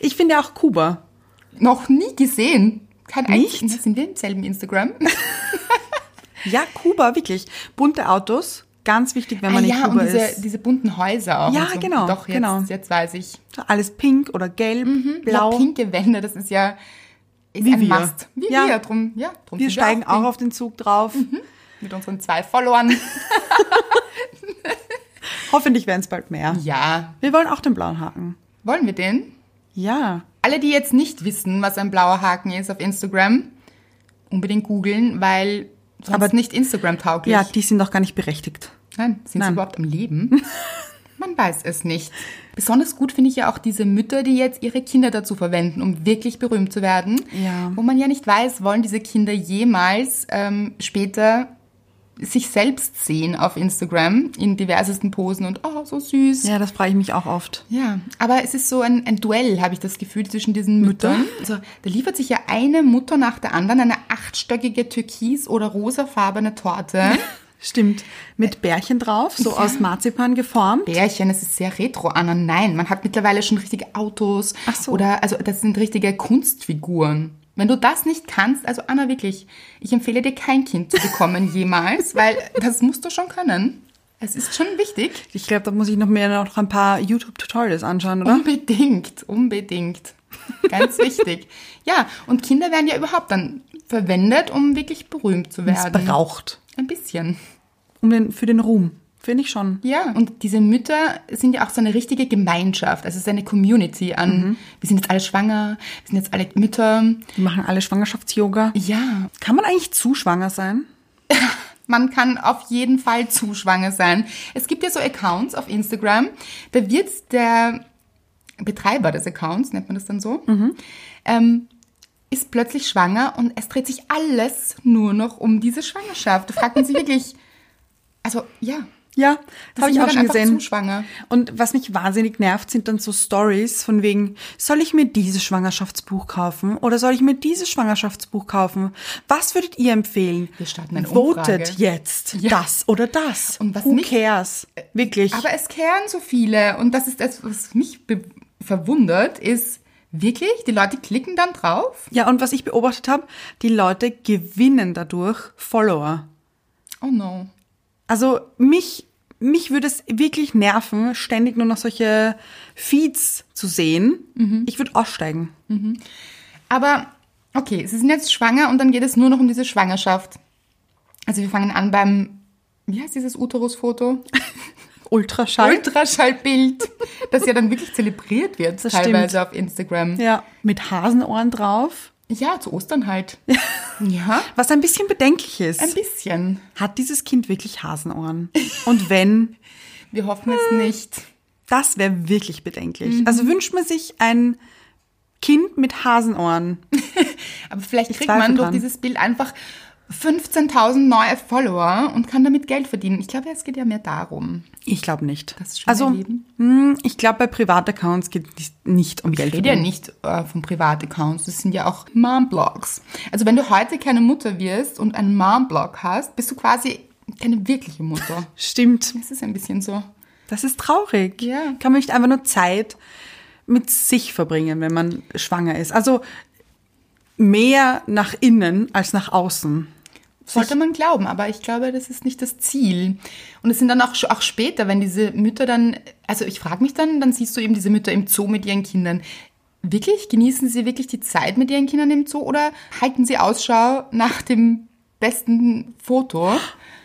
Speaker 2: Ich finde auch Kuba.
Speaker 1: Noch nie gesehen. Kein
Speaker 2: Nicht?
Speaker 1: einziges. Sind wir im selben Instagram?
Speaker 2: Ja, Kuba, wirklich. Bunte Autos, ganz wichtig, wenn man
Speaker 1: ah,
Speaker 2: in
Speaker 1: ja,
Speaker 2: Kuba
Speaker 1: und diese,
Speaker 2: ist.
Speaker 1: diese bunten Häuser auch.
Speaker 2: Ja,
Speaker 1: und so.
Speaker 2: genau,
Speaker 1: Doch, jetzt,
Speaker 2: genau.
Speaker 1: jetzt weiß ich.
Speaker 2: Alles pink oder gelb, blau.
Speaker 1: Ja, pinke Wände, das ist ja ist
Speaker 2: Wie
Speaker 1: ein
Speaker 2: wir.
Speaker 1: Must. Wie
Speaker 2: Ja.
Speaker 1: wir, drum, ja, drum
Speaker 2: Wir
Speaker 1: sind
Speaker 2: steigen auch Mhm.
Speaker 1: pink.
Speaker 2: auf den Zug drauf.
Speaker 1: Mit unseren zwei Followern. [laughs]
Speaker 2: Hoffentlich werden es bald mehr.
Speaker 1: ja,
Speaker 2: Wir wollen auch den blauen Haken.
Speaker 1: wollen wir den?
Speaker 2: Ja.
Speaker 1: Alle, die jetzt nicht wissen, was ein blauer Haken ist auf Instagram, unbedingt googeln, weil sonst
Speaker 2: Aber-
Speaker 1: nicht Instagram-tauglich.
Speaker 2: Ja, die sind doch gar nicht berechtigt.
Speaker 1: Nein, sind
Speaker 2: Nein.
Speaker 1: sie überhaupt
Speaker 2: [laughs]
Speaker 1: am Leben? Man weiß es nicht. Besonders gut finde ich ja auch diese Mütter, die jetzt ihre Kinder dazu verwenden, um wirklich berühmt zu werden.
Speaker 2: Ja.
Speaker 1: Wo man ja nicht weiß, wollen diese Kinder jemals ähm, später sich selbst sehen auf Instagram in diversesten Posen und oh, so süß.
Speaker 2: Ja, das frage ich mich auch oft.
Speaker 1: Ja, aber es ist so ein, ein Duell, habe ich das Gefühl, zwischen diesen Müttern. Also, da liefert sich ja eine Mutter nach der anderen eine achtstöckige türkis- oder
Speaker 2: [laughs]
Speaker 1: rosafarbene Torte.
Speaker 2: Stimmt. Äh, Mit Bärchen drauf, so aus Marzipan geformt.
Speaker 1: Bärchen, es ist sehr retro, Anna. Nein, man hat mittlerweile schon richtige Autos.
Speaker 2: Ach so.
Speaker 1: Oder, also, das sind richtige Kunstfiguren. Wenn du das nicht kannst, also Anna, wirklich, ich empfehle dir kein Kind zu bekommen [laughs] jemals, weil das musst du schon können. Es ist schon wichtig.
Speaker 2: Ich glaube, da muss ich noch mehr noch ein paar YouTube-Tutorials anschauen, oder?
Speaker 1: Unbedingt, unbedingt. Ganz
Speaker 2: [laughs]
Speaker 1: wichtig. Ja, und Kinder werden ja überhaupt dann verwendet, um wirklich berühmt zu werden.
Speaker 2: Missbraucht.
Speaker 1: Ein bisschen.
Speaker 2: Um den, für den Ruhm. Finde ich schon.
Speaker 1: Ja, und diese Mütter sind ja auch so eine richtige Gemeinschaft. Also es ist eine Community an, wir sind jetzt alle schwanger, wir sind jetzt alle Mütter.
Speaker 2: Die machen alle Schwangerschafts-Yoga.
Speaker 1: Ja,
Speaker 2: Kann man eigentlich zu schwanger sein?
Speaker 1: man kann auf jeden Fall zu schwanger sein. Es gibt ja so Accounts auf Instagram, da wird der Betreiber des Accounts, nennt man das dann so, ähm, ist plötzlich schwanger und es dreht sich alles nur noch um diese Schwangerschaft. Da fragt man sich wirklich, also ja,
Speaker 2: Ja, habe
Speaker 1: da sind
Speaker 2: ich
Speaker 1: wir
Speaker 2: auch
Speaker 1: dann
Speaker 2: schon
Speaker 1: einfach
Speaker 2: gesehen.
Speaker 1: zu schwanger.
Speaker 2: Und was mich wahnsinnig nervt, sind dann so Stories von wegen, soll ich mir dieses Schwangerschaftsbuch kaufen oder soll ich mir dieses Schwangerschaftsbuch kaufen? Was würdet ihr empfehlen?
Speaker 1: Wir starten eine
Speaker 2: Votet
Speaker 1: Umfrage.
Speaker 2: jetzt
Speaker 1: Ja.
Speaker 2: das oder das.
Speaker 1: Und was
Speaker 2: Who
Speaker 1: mich-
Speaker 2: cares? Wirklich.
Speaker 1: Aber es kehren so viele und das ist das, was mich be- verwundert, ist wirklich, die Leute klicken dann drauf.
Speaker 2: ja, und was ich beobachtet habe, die Leute gewinnen dadurch Follower.
Speaker 1: Oh no.
Speaker 2: Also mich, mich würde es wirklich nerven, ständig nur noch solche Feeds zu sehen.
Speaker 1: Mhm.
Speaker 2: Ich würde aussteigen.
Speaker 1: Aber okay, sie sind jetzt schwanger und dann geht es nur noch um diese Schwangerschaft. Also wir fangen an beim, wie heißt dieses Uterusfoto? [laughs]
Speaker 2: Ultraschall.
Speaker 1: Ultraschallbild, das ja dann wirklich zelebriert wird,
Speaker 2: Das
Speaker 1: teilweise
Speaker 2: stimmt.
Speaker 1: auf Instagram. Ja.
Speaker 2: ja, mit Hasenohren drauf.
Speaker 1: zu Ostern [laughs] halt. ja,
Speaker 2: Was ein bisschen bedenklich ist.
Speaker 1: ein bisschen.
Speaker 2: Hat dieses Kind wirklich Hasenohren? Und
Speaker 1: [laughs]
Speaker 2: wenn,
Speaker 1: Wir hoffen es nicht.
Speaker 2: das wäre wirklich
Speaker 1: Mhm.
Speaker 2: bedenklich. Also wünscht man sich ein Kind mit Hasenohren.
Speaker 1: Aber vielleicht kriegt
Speaker 2: zweifle
Speaker 1: man durch
Speaker 2: dran.
Speaker 1: dieses Bild einfach 15.000 neue Follower und kann damit Geld verdienen. Ich glaube, es geht ja mehr darum.
Speaker 2: Ich glaube nicht.
Speaker 1: Das ist schon
Speaker 2: also,
Speaker 1: mein Leben.
Speaker 2: mh, ich glaube, bei Privataccounts geht es nicht um Geld.
Speaker 1: Ich rede ja
Speaker 2: verdienen.
Speaker 1: nicht äh, von Privataccounts, das sind ja auch Mom-Blogs. Also wenn du heute keine Mutter wirst und einen Mom-Blog hast, bist du quasi keine
Speaker 2: [laughs]
Speaker 1: wirkliche Mutter.
Speaker 2: Stimmt.
Speaker 1: Das ist ein bisschen so.
Speaker 2: Das ist traurig.
Speaker 1: Ja.
Speaker 2: Kann man nicht einfach nur Zeit mit sich verbringen, wenn man schwanger ist? Also mehr nach innen als nach außen.
Speaker 1: Sollte man glauben, aber ich glaube, das ist nicht das Ziel. Und es sind dann auch, sch- auch später, wenn diese Mütter dann, also ich frage mich dann, dann siehst du eben diese Mütter im Zoo mit ihren Kindern. Wirklich? Genießen sie wirklich die Zeit mit ihren Kindern im Zoo oder halten sie Ausschau nach dem besten Foto?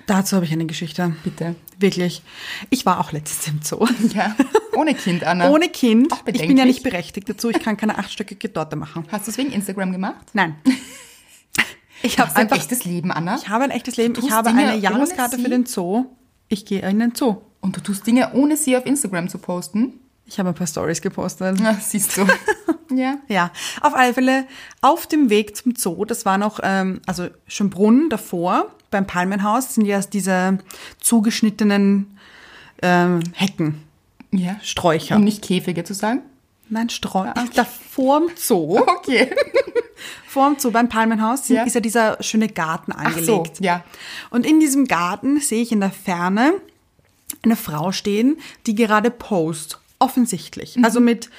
Speaker 2: Dazu habe ich eine Geschichte.
Speaker 1: Bitte.
Speaker 2: Wirklich. Ich war auch letztens im Zoo.
Speaker 1: Ja, ohne Kind, Anna.
Speaker 2: Ohne Kind.
Speaker 1: Auch
Speaker 2: Ich bin ja
Speaker 1: bedenklich.
Speaker 2: nicht berechtigt dazu. Ich kann keine achtstöckige Torte machen.
Speaker 1: Hast du es wegen Instagram gemacht? [laughs]
Speaker 2: Nein. Ich
Speaker 1: Das
Speaker 2: habe
Speaker 1: ist ein
Speaker 2: einfach.
Speaker 1: echtes Leben, Anna.
Speaker 2: Ich habe ein echtes Leben. Ich
Speaker 1: tust
Speaker 2: habe
Speaker 1: Dinge
Speaker 2: eine
Speaker 1: ohne
Speaker 2: Jahreskarte
Speaker 1: sie?
Speaker 2: für den Zoo. Ich gehe in den Zoo.
Speaker 1: Und du tust Dinge, ohne sie auf Instagram
Speaker 2: [laughs]
Speaker 1: zu posten.
Speaker 2: Ich habe ein paar Stories gepostet.
Speaker 1: Ja, siehst
Speaker 2: [laughs]
Speaker 1: du. ja.
Speaker 2: Ja, auf alle Fälle auf dem Weg zum Zoo, das war noch, ähm, also Schönbrunn davor, beim Palmenhaus, sind ja diese zugeschnittenen ähm, Hecken,
Speaker 1: Ja.
Speaker 2: Sträucher.
Speaker 1: Um nicht Käfige zu sagen.
Speaker 2: Nein,
Speaker 1: Ah,
Speaker 2: Sträucher. Da vorm Zoo,
Speaker 1: Okay.
Speaker 2: vorm Zoo beim Palmenhaus sind,
Speaker 1: Ja.
Speaker 2: ist ja dieser schöne Garten
Speaker 1: Ach so,
Speaker 2: angelegt.
Speaker 1: ja.
Speaker 2: Und in diesem Garten sehe ich in der Ferne eine Frau stehen, die gerade post, offensichtlich.
Speaker 1: Mhm.
Speaker 2: Also mit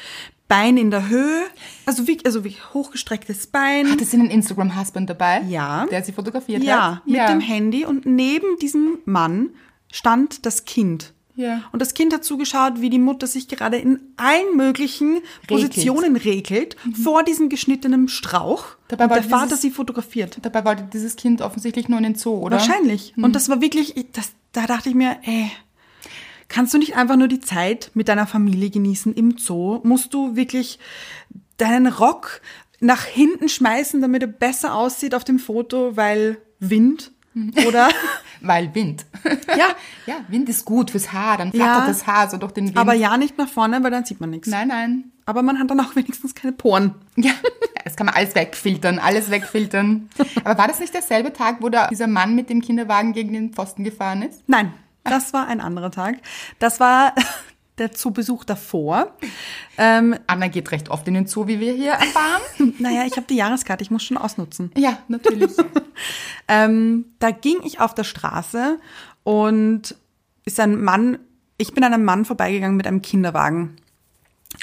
Speaker 2: Bein in der Höhe, also wie, also wie hochgestrecktes Bein.
Speaker 1: Hatte sie einen Instagram-Husband dabei?
Speaker 2: Ja.
Speaker 1: Der sie fotografiert
Speaker 2: Ja,
Speaker 1: hat?
Speaker 2: mit dem Handy und neben diesem Mann stand das Kind.
Speaker 1: Ja.
Speaker 2: Und das Kind hat zugeschaut, wie die Mutter sich gerade in allen möglichen Positionen regelt, vor diesem geschnittenen Strauch.
Speaker 1: Mhm. Dabei
Speaker 2: und der
Speaker 1: wollte dieses-
Speaker 2: Vater sie fotografiert.
Speaker 1: Dabei wollte dieses Kind offensichtlich nur in den Zoo, oder?
Speaker 2: Wahrscheinlich.
Speaker 1: Mhm.
Speaker 2: Und das war wirklich, ich- das, da dachte ich mir, ey, kannst du nicht einfach nur die Zeit mit deiner Familie genießen im Zoo? Musst du wirklich deinen Rock nach hinten schmeißen, damit er besser aussieht auf dem Foto, weil Wind
Speaker 1: Mhm. [laughs]
Speaker 2: oder
Speaker 1: Weil Wind.
Speaker 2: ja,
Speaker 1: [laughs] ja, Wind ist gut fürs Haar, dann
Speaker 2: Ja.
Speaker 1: flattert das Haar so durch den Wind.
Speaker 2: aber ja nicht nach vorne, weil dann sieht man nichts.
Speaker 1: nein, nein. [laughs]
Speaker 2: Aber man hat dann auch wenigstens keine Poren.
Speaker 1: Ja, das kann man alles wegfiltern, alles
Speaker 2: [laughs]
Speaker 1: wegfiltern. Aber war das nicht derselbe Tag, wo da dieser Mann mit dem Kinderwagen gegen den Pfosten gefahren ist?
Speaker 2: Nein, das war ein anderer Tag. Das war [laughs] der Zoobesuch davor. Ähm,
Speaker 1: Anna geht recht oft in den Zoo, wie wir hier erfahren.
Speaker 2: [laughs] naja, ich habe die Jahreskarte, ich muss schon ausnutzen.
Speaker 1: ja, natürlich.
Speaker 2: Ähm, da ging ich auf der Straße und ist ein Mann, ich bin an einem Mann vorbeigegangen mit einem Kinderwagen.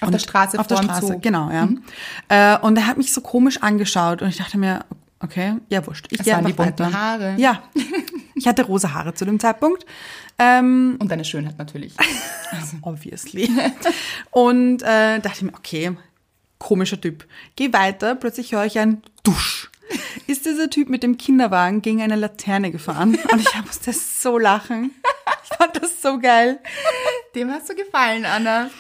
Speaker 1: Auf der Straße
Speaker 2: Auf der
Speaker 1: vorm
Speaker 2: Straße,
Speaker 1: Zoo.
Speaker 2: genau, ja.
Speaker 1: Mhm.
Speaker 2: Äh, und er hat mich so komisch angeschaut und ich dachte mir, okay, ja wurscht. Ich
Speaker 1: Das
Speaker 2: gehe
Speaker 1: waren die
Speaker 2: einfach
Speaker 1: bunten
Speaker 2: weiter.
Speaker 1: Haare.
Speaker 2: Ja. [laughs] Ich hatte rosa Haare zu dem Zeitpunkt. Ähm,
Speaker 1: Und deine
Speaker 2: [laughs]
Speaker 1: Schönheit natürlich.
Speaker 2: obviously. Und äh, dachte mir, okay, komischer Typ. Geh weiter, plötzlich höre ich ein Dusch. Ist dieser Typ mit dem Kinderwagen gegen eine Laterne gefahren? Und ich musste so lachen. Ich fand das so geil.
Speaker 1: Dem hast du gefallen, Anna.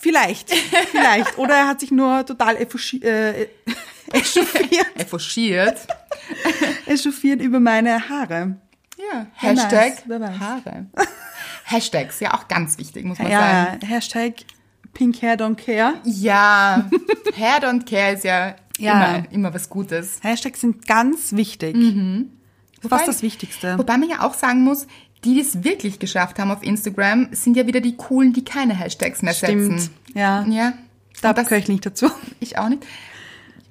Speaker 2: Vielleicht, vielleicht. Oder er hat sich nur total echauffi- äh, echauffiert,
Speaker 1: Echauffiert.
Speaker 2: echauffiert über meine Haare.
Speaker 1: Ja.
Speaker 2: Wer weiß,
Speaker 1: Hashtag
Speaker 2: wer weiß. [laughs]
Speaker 1: Haare. Hashtags, ja auch ganz wichtig, muss man sagen.
Speaker 2: Ja, Hashtag Pink Hair Don't Care.
Speaker 1: Ja, Hair don't care ist ja,
Speaker 2: Ja.
Speaker 1: Immer, immer was Gutes.
Speaker 2: Hashtags sind ganz wichtig. Fast das Wichtigste.
Speaker 1: Mhm. Wobei man ja auch sagen muss, die, die es wirklich geschafft haben auf Instagram, sind ja wieder die coolen, die keine Hashtags mehr
Speaker 2: Stimmt.
Speaker 1: setzen.
Speaker 2: Ja,
Speaker 1: Ja,
Speaker 2: da
Speaker 1: Und das-
Speaker 2: gehöre ich nicht dazu.
Speaker 1: Ich auch nicht.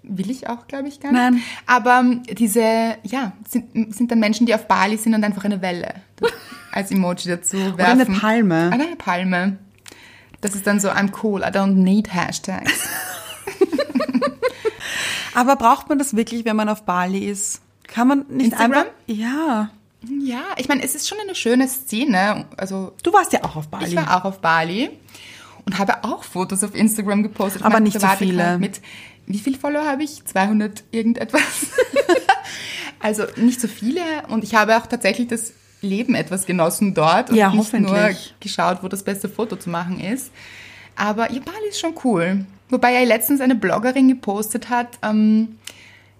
Speaker 1: Will ich auch, glaube ich, gar nicht.
Speaker 2: Nein.
Speaker 1: Aber ähm, diese, ja, sind, sind dann Menschen, die auf Bali sind und einfach
Speaker 2: [laughs]
Speaker 1: eine Welle als Emoji dazu werfen.
Speaker 2: Oder eine Palme.
Speaker 1: Oder eine Palme. Das ist dann so, I'm cool, I don't need
Speaker 2: [laughs]
Speaker 1: Hashtags.
Speaker 2: [laughs] Aber braucht man das wirklich, wenn man auf Bali ist? Kann man nicht
Speaker 1: Instagram?
Speaker 2: einfach. Ja.
Speaker 1: ja, ich meine, es ist schon eine schöne Szene. Also,
Speaker 2: Du warst ja auch auf Bali.
Speaker 1: ich war auch auf Bali und habe auch Fotos auf Instagram gepostet.
Speaker 2: Aber
Speaker 1: Mein
Speaker 2: nicht so
Speaker 1: privater
Speaker 2: viele. [laughs]
Speaker 1: Account Mit, wie viel Follower habe ich? 200 irgendetwas. Also nicht so viele und ich habe auch tatsächlich das Leben etwas genossen dort und
Speaker 2: Ja,
Speaker 1: nicht nur
Speaker 2: hoffentlich.
Speaker 1: geschaut, wo das beste Foto zu machen ist. Aber ihr Bali ist schon cool. Wobei ja letztens eine Bloggerin gepostet hat, ähm,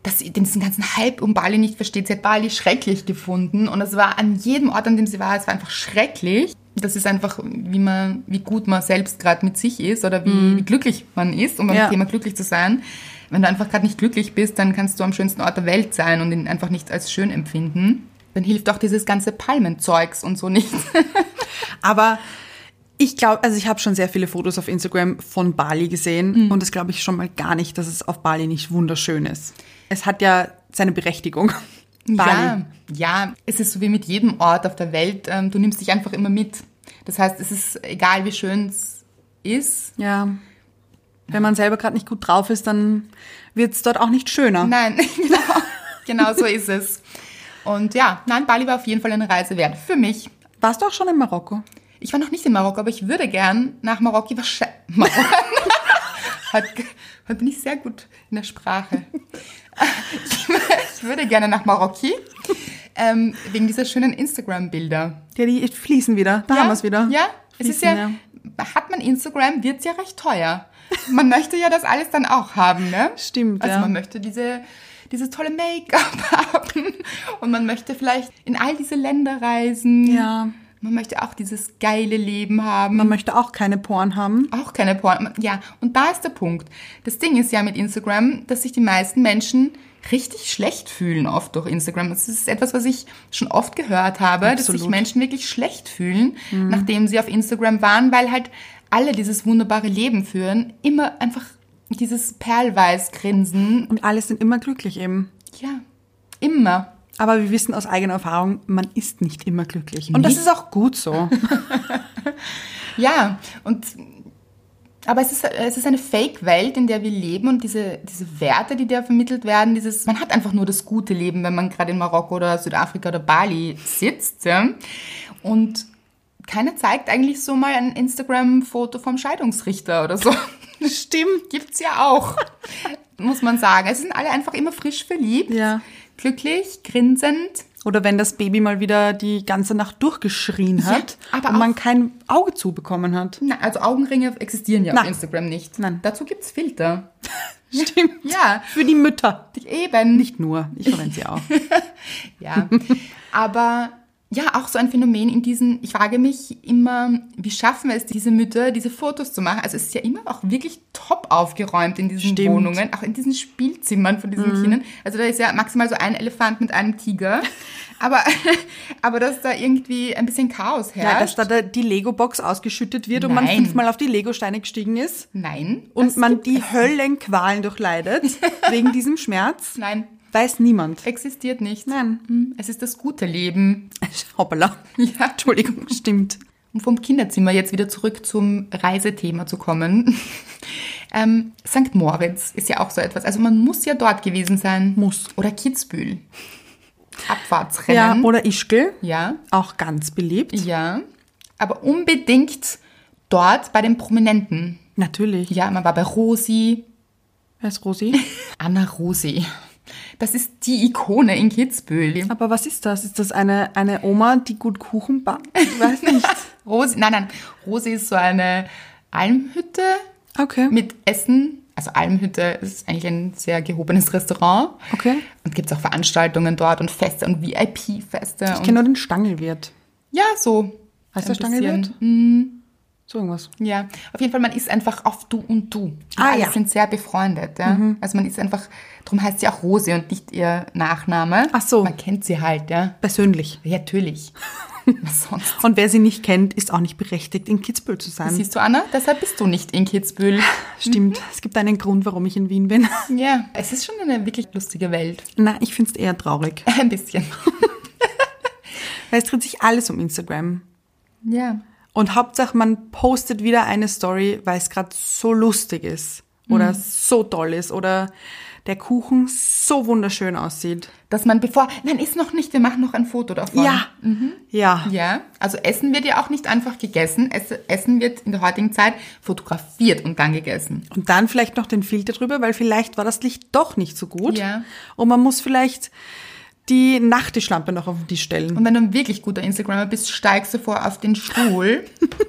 Speaker 1: dass sie diesen ganzen Hype um Bali nicht versteht. Sie hat Bali schrecklich gefunden und es war an jedem Ort, an dem sie war, es war einfach schrecklich. Das ist einfach, wie man, wie gut man selbst gerade mit sich ist oder wie, wie glücklich man ist, um beim
Speaker 2: Mhm. Ja.
Speaker 1: Thema glücklich zu sein. Wenn du einfach gerade nicht glücklich bist, dann kannst du am schönsten Ort der Welt sein und ihn einfach nicht als schön empfinden. Dann hilft auch dieses ganze Palmenzeugs und so nicht.
Speaker 2: Aber ich glaube, also ich habe schon sehr viele Fotos auf Instagram von Bali gesehen und das glaube ich schon mal gar nicht, dass es auf Bali nicht wunderschön ist. Es hat ja seine Berechtigung. [laughs] Bali.
Speaker 1: Ja, ja, es ist so wie mit jedem Ort auf der Welt. ähm, Du nimmst dich einfach immer mit. Das heißt, es ist egal, wie schön es ist.
Speaker 2: Ja. Wenn man selber gerade nicht gut drauf ist, dann wird es dort auch nicht schöner.
Speaker 1: Nein, [laughs] genau, genau so ist es. Und ja, nein, Bali war auf jeden Fall eine Reise wert. Für mich.
Speaker 2: Warst du auch schon in Marokko?
Speaker 1: Ich war noch nicht in Marokko, aber ich würde gern nach Marokko wahrscheinlich. [laughs] Marokko. Heute heute bin ich sehr gut in der Sprache. Ich, ich würde gerne nach Marokki. Ähm, wegen dieser schönen Instagram-Bilder.
Speaker 2: Ja, die fließen wieder. Da haben wir es wieder.
Speaker 1: Ja, es ist ja,
Speaker 2: Fließen,
Speaker 1: hat man Instagram, wird's ja recht teuer. Man möchte ja das alles dann auch haben, ne?
Speaker 2: Stimmt,
Speaker 1: Also
Speaker 2: ja.
Speaker 1: man möchte diese, dieses tolle Make-up [laughs] haben und man möchte vielleicht in all diese Länder reisen.
Speaker 2: Ja.
Speaker 1: Man möchte auch dieses geile Leben haben.
Speaker 2: Man möchte auch keine Porn haben.
Speaker 1: auch keine Porn. Ja, und da ist der Punkt. Das Ding ist ja mit Instagram, dass sich die meisten Menschen richtig schlecht fühlen oft durch Instagram. Das ist etwas, was ich schon oft gehört habe, dass sich
Speaker 2: Absolut. Mhm.
Speaker 1: Menschen wirklich schlecht fühlen, nachdem sie auf Instagram waren, weil halt alle dieses wunderbare Leben führen, immer einfach dieses Perlweiß-Grinsen.
Speaker 2: Und alle sind immer glücklich eben.
Speaker 1: Ja, immer.
Speaker 2: Aber wir wissen aus eigener Erfahrung, man ist nicht immer glücklich. Und das
Speaker 1: Nicht.
Speaker 2: ist auch gut [laughs] so.
Speaker 1: Ja, und aber es ist, es ist eine Fake-Welt, in der wir leben und diese, diese Werte, die da vermittelt werden, dieses, man hat einfach nur das gute Leben, wenn man gerade in Marokko oder Südafrika oder Bali sitzt. Ja? Und keiner zeigt eigentlich so mal ein Instagram-Foto vom Scheidungsrichter oder so. [laughs]
Speaker 2: Stimmt.
Speaker 1: Gibt's ja auch, muss man sagen. Es sind alle einfach immer frisch verliebt,
Speaker 2: Ja.
Speaker 1: glücklich, grinsend.
Speaker 2: Oder wenn das Baby mal wieder die ganze Nacht durchgeschrien hat
Speaker 1: aber
Speaker 2: und man
Speaker 1: auch-
Speaker 2: kein Auge zubekommen hat.
Speaker 1: Na, also Augenringe existieren ja auf
Speaker 2: Nein.
Speaker 1: Instagram nicht.
Speaker 2: Nein.
Speaker 1: Dazu gibt's Filter.
Speaker 2: Stimmt.
Speaker 1: Ja,
Speaker 2: Für die Mütter.
Speaker 1: eben.
Speaker 2: Nicht nur. Ich verwende sie auch.
Speaker 1: Ja, [laughs] aber ja, auch so ein Phänomen in diesen, ich frage mich immer, wie schaffen es diese Mütter, diese Fotos zu machen? Also es ist ja immer auch wirklich top aufgeräumt in diesen
Speaker 2: Stimmt. Mhm.
Speaker 1: Wohnungen, auch in diesen Spielzimmern von diesen Kindern. Also da ist ja maximal so ein Elefant mit einem Tiger. Aber, [laughs] aber dass da irgendwie ein bisschen Chaos herrscht.
Speaker 2: [laughs] Ja, dass da der- die Lego-Box ausgeschüttet wird und man
Speaker 1: Nein.
Speaker 2: fünfmal auf die Lego-Steine gestiegen ist
Speaker 1: Nein.
Speaker 2: und
Speaker 1: das
Speaker 2: man
Speaker 1: gibt-
Speaker 2: die Höllenqualen [laughs] durchleidet wegen diesem Schmerz,
Speaker 1: Nein,
Speaker 2: weiß niemand.
Speaker 1: existiert nicht.
Speaker 2: Nein.
Speaker 1: Hm, Es ist das gute Leben. [laughs]
Speaker 2: [laughs] Hoppala.
Speaker 1: Ja.
Speaker 2: Entschuldigung, stimmt.
Speaker 1: Um vom Kinderzimmer jetzt wieder zurück zum Reisethema zu kommen. [laughs] ähm, St. Moritz ist ja auch so etwas. Also man muss ja dort gewesen sein.
Speaker 2: Muss.
Speaker 1: Oder Kitzbühel.
Speaker 2: Ja,
Speaker 1: Abfahrtsrennen.
Speaker 2: oder Ischgl,
Speaker 1: Ja,
Speaker 2: auch ganz beliebt.
Speaker 1: ja. Aber unbedingt dort bei den Prominenten.
Speaker 2: Natürlich.
Speaker 1: Ja, man war bei Rosi,
Speaker 2: Wer ist
Speaker 1: [laughs]
Speaker 2: Rosi?
Speaker 1: Anna Rosi. Das ist die Ikone in Kitzbühel.
Speaker 2: Aber was ist das? Ist das eine, eine Oma, die gut Kuchen backt? Ich weiß nicht.
Speaker 1: [laughs] Rosi, nein, nein. Rosi ist so eine Almhütte.
Speaker 2: Okay.
Speaker 1: mit Essen. Also Almhütte ist eigentlich ein sehr gehobenes Restaurant.
Speaker 2: Okay.
Speaker 1: Und gibt es auch Veranstaltungen dort und Feste und VIP-Feste.
Speaker 2: ich
Speaker 1: und-
Speaker 2: kenne nur den Stangelwirt.
Speaker 1: Ja, so.
Speaker 2: Heißt
Speaker 1: Ein
Speaker 2: der Stangelwirt?
Speaker 1: bisschen. hm.
Speaker 2: So irgendwas.
Speaker 1: Ja, auf jeden Fall, man ist einfach auf du und du.
Speaker 2: Ah,
Speaker 1: Alle
Speaker 2: ja. Mhm.
Speaker 1: sind sehr befreundet. Ja? Also man ist einfach, darum heißt sie auch Rose und nicht ihr Nachname.
Speaker 2: Ach so.
Speaker 1: Man kennt sie halt, ja.
Speaker 2: Persönlich. [laughs]
Speaker 1: Ja, natürlich. Was sonst?
Speaker 2: Und wer sie nicht kennt, ist auch nicht berechtigt, in Kitzbühel zu sein.
Speaker 1: Siehst du, Anna, deshalb bist du nicht in Kitzbühel.
Speaker 2: [laughs] Stimmt.
Speaker 1: Mhm.
Speaker 2: Es gibt einen Grund, warum ich in Wien bin. [laughs]
Speaker 1: Ja, es ist schon eine wirklich lustige Welt. [laughs]
Speaker 2: Na, ich finde es eher traurig.
Speaker 1: Ein bisschen.
Speaker 2: Weil es dreht sich alles um Instagram.
Speaker 1: Ja.
Speaker 2: Und Hauptsache, man postet wieder eine Story, weil es gerade so lustig ist.
Speaker 1: Mhm.
Speaker 2: Oder so toll ist. Oder der Kuchen so wunderschön aussieht.
Speaker 1: Dass man bevor, nein, ist noch nicht, wir machen noch ein Foto davon.
Speaker 2: Ja.
Speaker 1: Ja, also Essen wird ja auch nicht einfach gegessen. Es, Essen wird in der heutigen Zeit fotografiert und dann gegessen.
Speaker 2: Und dann vielleicht noch den Filter drüber, weil vielleicht war das Licht doch nicht so gut.
Speaker 1: Ja.
Speaker 2: Und man muss vielleicht die Nachttischlampe noch auf den Tisch stellen.
Speaker 1: Und wenn du ein wirklich guter Instagrammer bist, steigst du vor auf
Speaker 2: [laughs]
Speaker 1: den Stuhl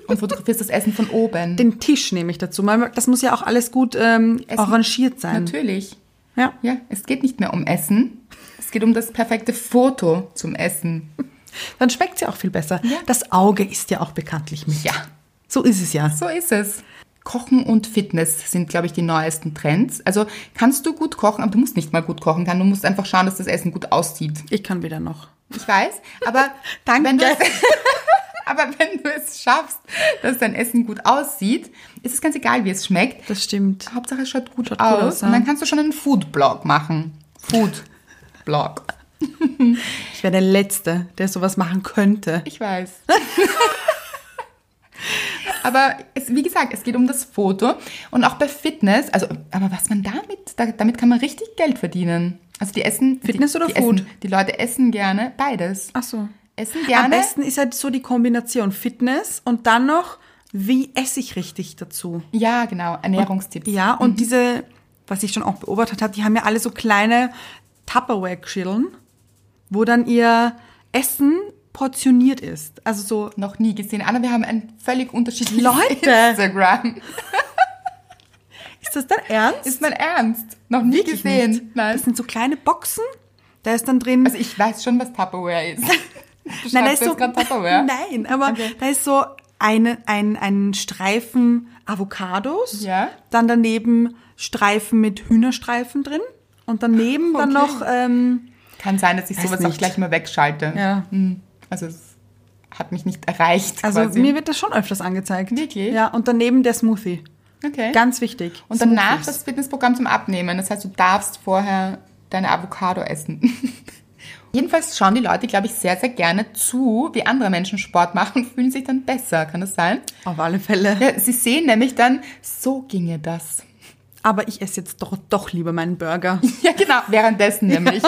Speaker 1: und fotografierst das Essen von oben.
Speaker 2: Den Tisch nehme ich dazu. Man- Das muss ja auch alles gut ähm,
Speaker 1: Essen.
Speaker 2: arrangiert sein.
Speaker 1: Natürlich.
Speaker 2: Ja.
Speaker 1: Ja, es geht nicht mehr um Essen. Es geht um das perfekte Foto zum Essen.
Speaker 2: Dann schmeckt sie auch viel besser.
Speaker 1: Ja.
Speaker 2: Das Auge ist ja auch bekanntlich mit.
Speaker 1: Ja.
Speaker 2: So ist es ja.
Speaker 1: So ist es. Kochen und Fitness sind, glaube ich, die neuesten Trends. Also kannst du gut kochen, aber du musst nicht mal gut kochen können. Du musst einfach schauen, dass das Essen gut aussieht.
Speaker 2: Ich kann wieder noch.
Speaker 1: Ich weiß, aber
Speaker 2: [laughs] Danke.
Speaker 1: wenn du es, [laughs] aber wenn du es schaffst, dass dein Essen gut aussieht, ist es ganz egal, wie es schmeckt.
Speaker 2: Das stimmt.
Speaker 1: Hauptsache es schaut gut
Speaker 2: Schaut gut
Speaker 1: aus.
Speaker 2: aus, ja.
Speaker 1: Und dann kannst du schon einen Food-Blog machen. Food-Blog.
Speaker 2: Ich wäre der Letzte, der sowas machen könnte.
Speaker 1: Ich weiß. [laughs] aber es, wie gesagt, es geht um das Foto und auch bei Fitness. Also, aber was man damit, da, damit kann man richtig Geld verdienen. Also die essen
Speaker 2: Fitness
Speaker 1: die,
Speaker 2: oder
Speaker 1: die
Speaker 2: Food?
Speaker 1: Essen, die Leute essen gerne beides.
Speaker 2: Ach so.
Speaker 1: Essen
Speaker 2: Am
Speaker 1: gerne.
Speaker 2: besten ist halt so die Kombination Fitness und dann noch, wie esse ich richtig dazu?
Speaker 1: Ja, genau. Ernährungstipps.
Speaker 2: Ja, und diese, was ich schon auch beobachtet habe, die haben ja alle so kleine Tupperware-Geschirren, wo dann ihr Essen portioniert ist. Also so,
Speaker 1: Noch nie gesehen. Anna, wir haben ein völlig unterschiedliches
Speaker 2: Leute!
Speaker 1: [laughs] Instagram.
Speaker 2: ist das dann ernst?
Speaker 1: Ist mein Ernst. Noch nie
Speaker 2: Wirklich
Speaker 1: gesehen.
Speaker 2: nicht.
Speaker 1: Nein.
Speaker 2: Das sind so kleine Boxen, da ist dann drin...
Speaker 1: Also ich weiß schon, was Tupperware
Speaker 2: [laughs]
Speaker 1: ist. Du
Speaker 2: Nein, da
Speaker 1: schreibst
Speaker 2: ist so,
Speaker 1: jetzt gerade Tupperware.
Speaker 2: [laughs] nein, aber da ist so eine, ein, ein Streifen Avocados,
Speaker 1: Ja.
Speaker 2: dann daneben Streifen mit Hühnerstreifen drin und daneben dann
Speaker 1: Okay.
Speaker 2: noch, ähm,
Speaker 1: Kann sein, dass ich
Speaker 2: Weiß
Speaker 1: sowas auch
Speaker 2: nicht.
Speaker 1: gleich mal wegschalte.
Speaker 2: Ja.
Speaker 1: Hm. Also es hat mich nicht erreicht.
Speaker 2: also
Speaker 1: quasi.
Speaker 2: mir wird das schon öfters angezeigt.
Speaker 1: Wirklich?
Speaker 2: Ja, und daneben der Smoothie.
Speaker 1: okay.
Speaker 2: Ganz wichtig.
Speaker 1: und danach
Speaker 2: Smoothies.
Speaker 1: das Fitnessprogramm zum Abnehmen. Das heißt, du darfst vorher deine Avocado essen. [laughs] Jedenfalls schauen die Leute, glaube ich, sehr, sehr gerne zu, wie andere Menschen Sport machen und fühlen sich dann besser. Kann das sein?
Speaker 2: Auf alle Fälle.
Speaker 1: Ja, sie sehen nämlich dann, so ginge das. [laughs]
Speaker 2: Aber ich esse jetzt doch, doch lieber meinen Burger.
Speaker 1: Ja, genau, währenddessen nämlich.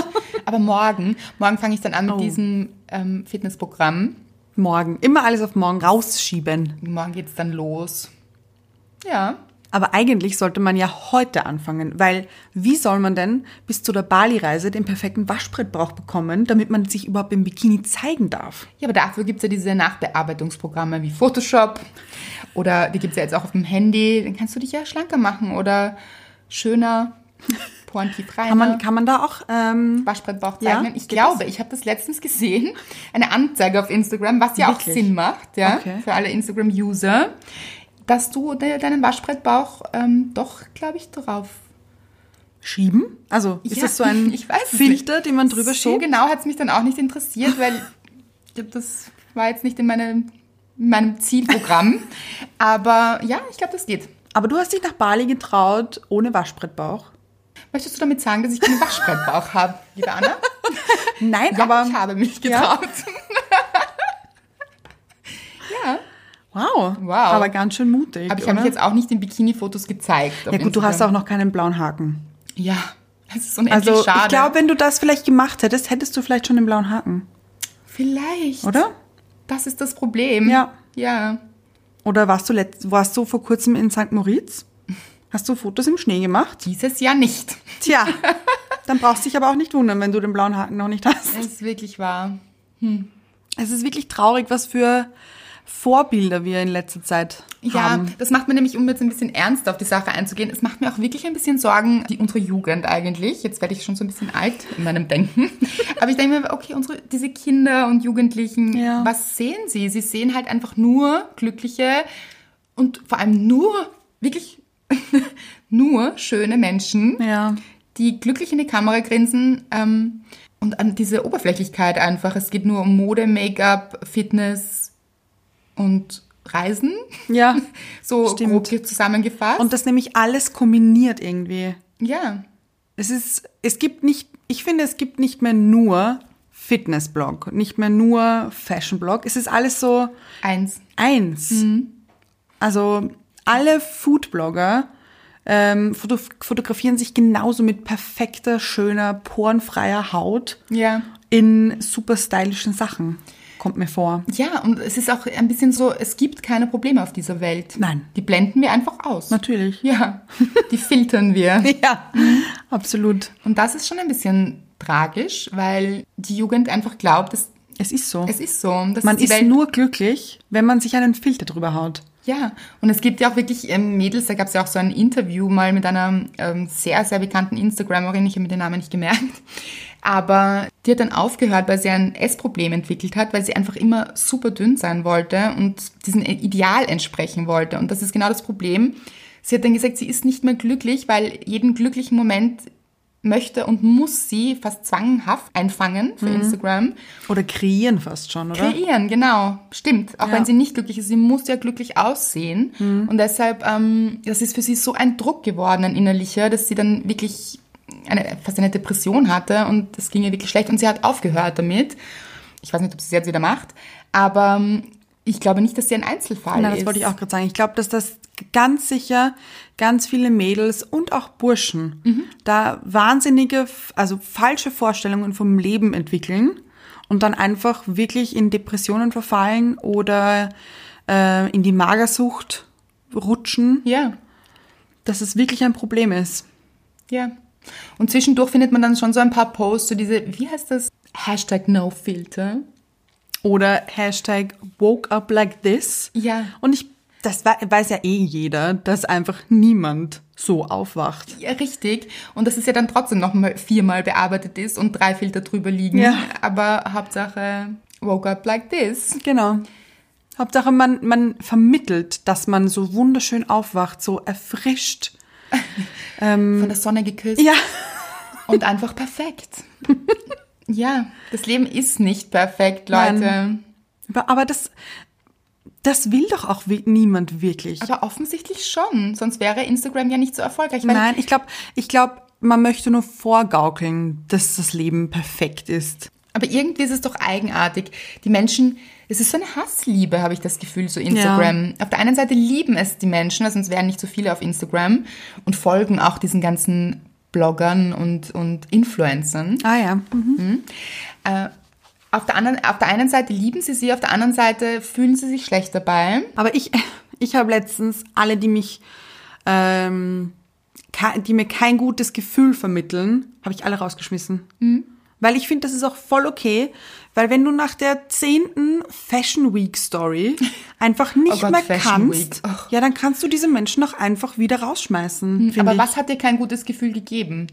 Speaker 1: Aber morgen, morgen fange ich dann an mit
Speaker 2: Oh.
Speaker 1: diesem ähm, Fitnessprogramm.
Speaker 2: morgen. Immer alles auf morgen rausschieben.
Speaker 1: Morgen geht's dann los. Ja,
Speaker 2: Aber eigentlich sollte man ja heute anfangen, weil wie soll man denn bis zu der Bali-Reise den perfekten Waschbrettbrauch bekommen, damit man sich überhaupt im Bikini zeigen darf?
Speaker 1: Ja, aber dafür gibt's ja diese Nachbearbeitungsprogramme wie Photoshop oder die gibt's ja jetzt auch auf dem Handy. Dann kannst du dich ja schlanker machen oder
Speaker 2: [laughs]
Speaker 1: schöner, pointifreier.
Speaker 2: Kann man, kann man da auch, ähm,
Speaker 1: Waschbrettbauch
Speaker 2: Ja,
Speaker 1: zeichnen. ich
Speaker 2: geht
Speaker 1: glaube, ich habe das letztens gesehen, eine Anzeige auf Instagram, was ja auch
Speaker 2: Wirklich?
Speaker 1: Sinn macht, ja,
Speaker 2: Okay.
Speaker 1: für alle Instagram-User, dass du de deinen Waschbrettbauch ähm, doch, glaube ich, drauf.
Speaker 2: schieben? Also ist
Speaker 1: Ja,
Speaker 2: das so ein
Speaker 1: [laughs] ich weiß es
Speaker 2: Filter, den man drüber
Speaker 1: So
Speaker 2: schiebt?
Speaker 1: genau hat's mich dann auch nicht interessiert, weil ich glaub, das war jetzt nicht in meinem, in meinem Zielprogramm. Aber ja, ich glaube, das geht.
Speaker 2: Aber du hast dich nach Bali getraut ohne Waschbrettbauch?
Speaker 1: Möchtest du damit sagen, dass ich keinen Waschbrettbauch habe, liebe Anna?
Speaker 2: Nein,
Speaker 1: Ja,
Speaker 2: aber
Speaker 1: ich habe mich getraut. ja.
Speaker 2: wow,
Speaker 1: Wow.
Speaker 2: aber ganz schön mutig.
Speaker 1: Aber ich habe mich
Speaker 2: oder?
Speaker 1: jetzt auch nicht in Bikini-Fotos gezeigt. auf
Speaker 2: ja gut, du hast auch
Speaker 1: Instagram.
Speaker 2: noch keinen blauen Haken.
Speaker 1: Ja, das ist unendlich
Speaker 2: Also
Speaker 1: schade.
Speaker 2: ich glaube, wenn du das vielleicht gemacht hättest, hättest du vielleicht schon den blauen Haken,
Speaker 1: Vielleicht.
Speaker 2: oder?
Speaker 1: Das ist das Problem.
Speaker 2: Ja.
Speaker 1: Ja.
Speaker 2: Oder warst du, letzt, warst du vor kurzem in St. Moritz? Hast du Fotos im Schnee gemacht?
Speaker 1: Dieses Jahr nicht.
Speaker 2: [laughs] Tja, dann brauchst du dich aber auch nicht wundern, wenn du den blauen Haken noch nicht hast.
Speaker 1: Das ist wirklich wahr.
Speaker 2: Es ist wirklich traurig, was für Vorbilder wir in letzter Zeit
Speaker 1: Ja,
Speaker 2: haben.
Speaker 1: das macht mir nämlich, um jetzt ein bisschen ernster auf die Sache einzugehen, es macht mir auch wirklich ein bisschen Sorgen, die, unsere Jugend eigentlich. Jetzt werde ich schon so ein bisschen alt in
Speaker 2: [laughs]
Speaker 1: meinem Denken. Aber ich denke mir, okay, unsere, diese Kinder und Jugendlichen,
Speaker 2: Ja.
Speaker 1: was sehen sie? Sie sehen halt einfach nur glückliche und vor allem nur, wirklich [laughs] nur schöne Menschen,
Speaker 2: Ja.
Speaker 1: die glücklich in die Kamera grinsen ähm, und an diese Oberflächlichkeit einfach. Es geht nur um Mode, Make-up, Fitness und Reisen.
Speaker 2: Ja.
Speaker 1: So
Speaker 2: Stimmt.
Speaker 1: grob hier zusammengefasst.
Speaker 2: Und das nämlich alles kombiniert irgendwie.
Speaker 1: ja,
Speaker 2: Es ist, es gibt nicht, ich finde, es gibt nicht mehr nur Fitnessblog, nicht mehr nur Fashionblog. Es ist alles so,
Speaker 1: eins.
Speaker 2: Eins.
Speaker 1: Mhm.
Speaker 2: Also alle Foodblogger ähm, foto fotografieren sich genauso mit perfekter, schöner, porenfreier Haut
Speaker 1: Ja.
Speaker 2: in super stylischen Sachen. Kommt mir vor.
Speaker 1: Ja, und es ist auch ein bisschen so, es gibt keine Probleme auf dieser Welt.
Speaker 2: Nein.
Speaker 1: Die blenden wir einfach aus.
Speaker 2: Natürlich.
Speaker 1: Ja, die filtern wir.
Speaker 2: [laughs] Ja, absolut.
Speaker 1: Und das ist schon ein bisschen tragisch, weil die Jugend einfach glaubt, es,
Speaker 2: Es ist so.
Speaker 1: es ist so. Das
Speaker 2: man
Speaker 1: ist die
Speaker 2: ist
Speaker 1: Welt.
Speaker 2: nur glücklich, wenn man sich einen Filter drüber haut.
Speaker 1: Ja, und es gibt ja auch wirklich ähm, Mädels, da gab es ja auch so ein Interview mal mit einer ähm, sehr, sehr bekannten Instagramerin, ich habe mir den Namen nicht gemerkt, aber die hat dann aufgehört, weil sie ein Essproblem entwickelt hat, weil sie einfach immer super dünn sein wollte und diesem Ideal entsprechen wollte. Und das ist genau das Problem. Sie hat dann gesagt, sie ist nicht mehr glücklich, weil jeden glücklichen Moment möchte und muss sie fast zwanghaft einfangen für Instagram
Speaker 2: Oder kreieren fast schon, oder?
Speaker 1: Kreieren, genau. Stimmt.
Speaker 2: Ja.
Speaker 1: Auch
Speaker 2: Mhm.
Speaker 1: wenn sie nicht glücklich ist, sie muss ja glücklich aussehen. Und deshalb, ähm, das ist für sie so ein Druck geworden, ein innerlicher, dass sie dann wirklich eine, fast eine Depression hatte und es ging ihr wirklich schlecht und sie hat aufgehört damit. Ich weiß nicht, ob sie es jetzt wieder macht, aber ähm, ich glaube nicht, dass sie ein Einzelfall
Speaker 2: Nein,
Speaker 1: ist.
Speaker 2: das wollte ich auch gerade sagen. Ich glaube, dass das ganz sicher ganz viele Mädels und auch Burschen da wahnsinnige, f- also falsche Vorstellungen vom Leben entwickeln und dann einfach wirklich in Depressionen verfallen oder äh, in die Magersucht rutschen,
Speaker 1: Ja,
Speaker 2: dass es wirklich ein Problem ist.
Speaker 1: ja. Und zwischendurch findet man dann schon so ein paar Posts, so diese, wie heißt das? Hashtag No Filter.
Speaker 2: Oder Hashtag woke up like this.
Speaker 1: Ja.
Speaker 2: Und ich, das wei- weiß ja eh jeder, dass einfach niemand so aufwacht.
Speaker 1: Ja, richtig. Und dass es ja dann trotzdem noch mal viermal bearbeitet ist und drei Filter drüber liegen.
Speaker 2: Ja.
Speaker 1: Aber Hauptsache, woke up like this.
Speaker 2: Genau. Hauptsache, man, man vermittelt, dass man so wunderschön aufwacht, so erfrischt.
Speaker 1: Von der Sonne geküsst.
Speaker 2: Mhm. Ja.
Speaker 1: Und einfach perfekt.
Speaker 2: [laughs]
Speaker 1: ja, das Leben ist nicht perfekt, Leute.
Speaker 2: Aber, aber das, das will doch auch wi- niemand wirklich.
Speaker 1: Aber offensichtlich schon. Sonst wäre Instagram ja nicht so erfolgreich. Weil
Speaker 2: Nein, ich glaube, ich glaub, man möchte nur vorgaukeln, dass das Leben perfekt ist.
Speaker 1: Aber irgendwie ist es doch eigenartig. Die Menschen, es ist so eine Hassliebe, habe ich das Gefühl, so Instagram. Auf der einen Seite lieben es die Menschen, weil sonst wären nicht so viele auf Instagram und folgen auch diesen ganzen Bloggern und, und Influencern.
Speaker 2: Ah ja. Mhm.
Speaker 1: Auf der, anderen, auf der einen Seite lieben sie sie, auf der anderen Seite fühlen sie sich schlecht dabei.
Speaker 2: Aber ich, [laughs] ich habe letztens alle, die mich, ähm, ke- die mir kein gutes Gefühl vermitteln, habe ich alle rausgeschmissen.
Speaker 1: Mhm.
Speaker 2: Weil ich finde, das ist auch voll okay, weil wenn du nach der zehnten Fashion Week
Speaker 1: [laughs]
Speaker 2: Story einfach nicht
Speaker 1: Oh Gott,
Speaker 2: mehr
Speaker 1: Fashion Week.
Speaker 2: kannst,
Speaker 1: Ach. Mhm,
Speaker 2: ja, dann kannst du diese Menschen auch einfach wieder rausschmeißen. find
Speaker 1: Aber
Speaker 2: ich.
Speaker 1: was hat dir kein gutes Gefühl gegeben?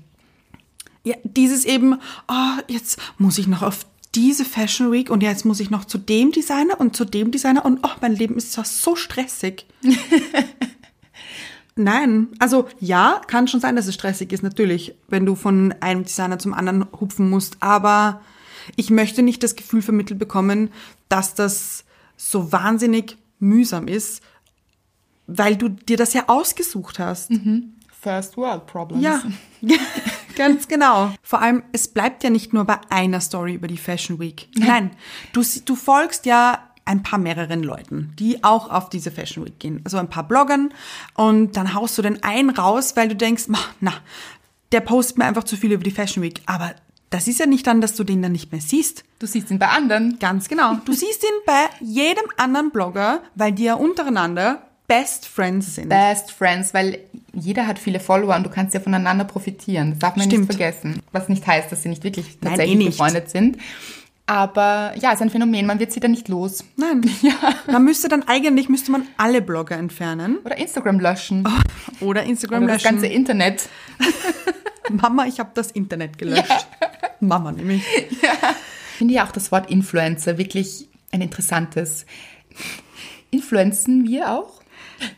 Speaker 2: Ja, dieses eben, oh, jetzt muss ich noch auf diese Fashion Week und jetzt muss ich noch zu dem Designer und zu dem Designer und oh, mein Leben ist zwar so stressig. Nein, also ja, kann schon sein, dass es stressig ist, natürlich, wenn du von einem Designer zum anderen hupfen musst, aber ich möchte nicht das Gefühl vermittelt bekommen, dass das so wahnsinnig mühsam ist, weil du dir das ja ausgesucht hast.
Speaker 1: First World Problems.
Speaker 2: Ja, [laughs] ganz genau. Vor allem, es bleibt ja nicht nur bei einer Story über die Fashion Week. Nein, du, sie- du folgst ja ein paar mehreren Leuten, die auch auf diese Fashion Week gehen. Also ein paar Bloggern und dann haust du den einen raus, weil du denkst, "Ma, na, der postet mir einfach zu viel über die Fashion Week. Aber das ist ja nicht dann, dass du den dann nicht mehr siehst.
Speaker 1: Du siehst ihn bei anderen.
Speaker 2: Ganz genau. Du siehst ihn bei jedem anderen Blogger, weil die ja untereinander Best Friends sind.
Speaker 1: Best Friends, weil jeder hat viele Follower und du kannst ja voneinander profitieren. Das darf man
Speaker 2: Stimmt.
Speaker 1: nicht vergessen. Was nicht heißt, dass sie nicht wirklich
Speaker 2: Nein,
Speaker 1: tatsächlich
Speaker 2: eh nicht.
Speaker 1: befreundet sind. Aber ja, ist ein Phänomen. Man wird sie dann nicht los.
Speaker 2: [laughs] Nein. Man müsste dann eigentlich müsste man alle Blogger entfernen
Speaker 1: Oder Instagram löschen.
Speaker 2: oder Instagram
Speaker 1: Oder das ganze
Speaker 2: Oh, [laughs] löschen.
Speaker 1: Internet.
Speaker 2: Mama, ich habe das Internet gelöscht. Mama nämlich.
Speaker 1: Ich finde ja auch das Wort Influencer wirklich ein interessantes. Influenzen wir auch?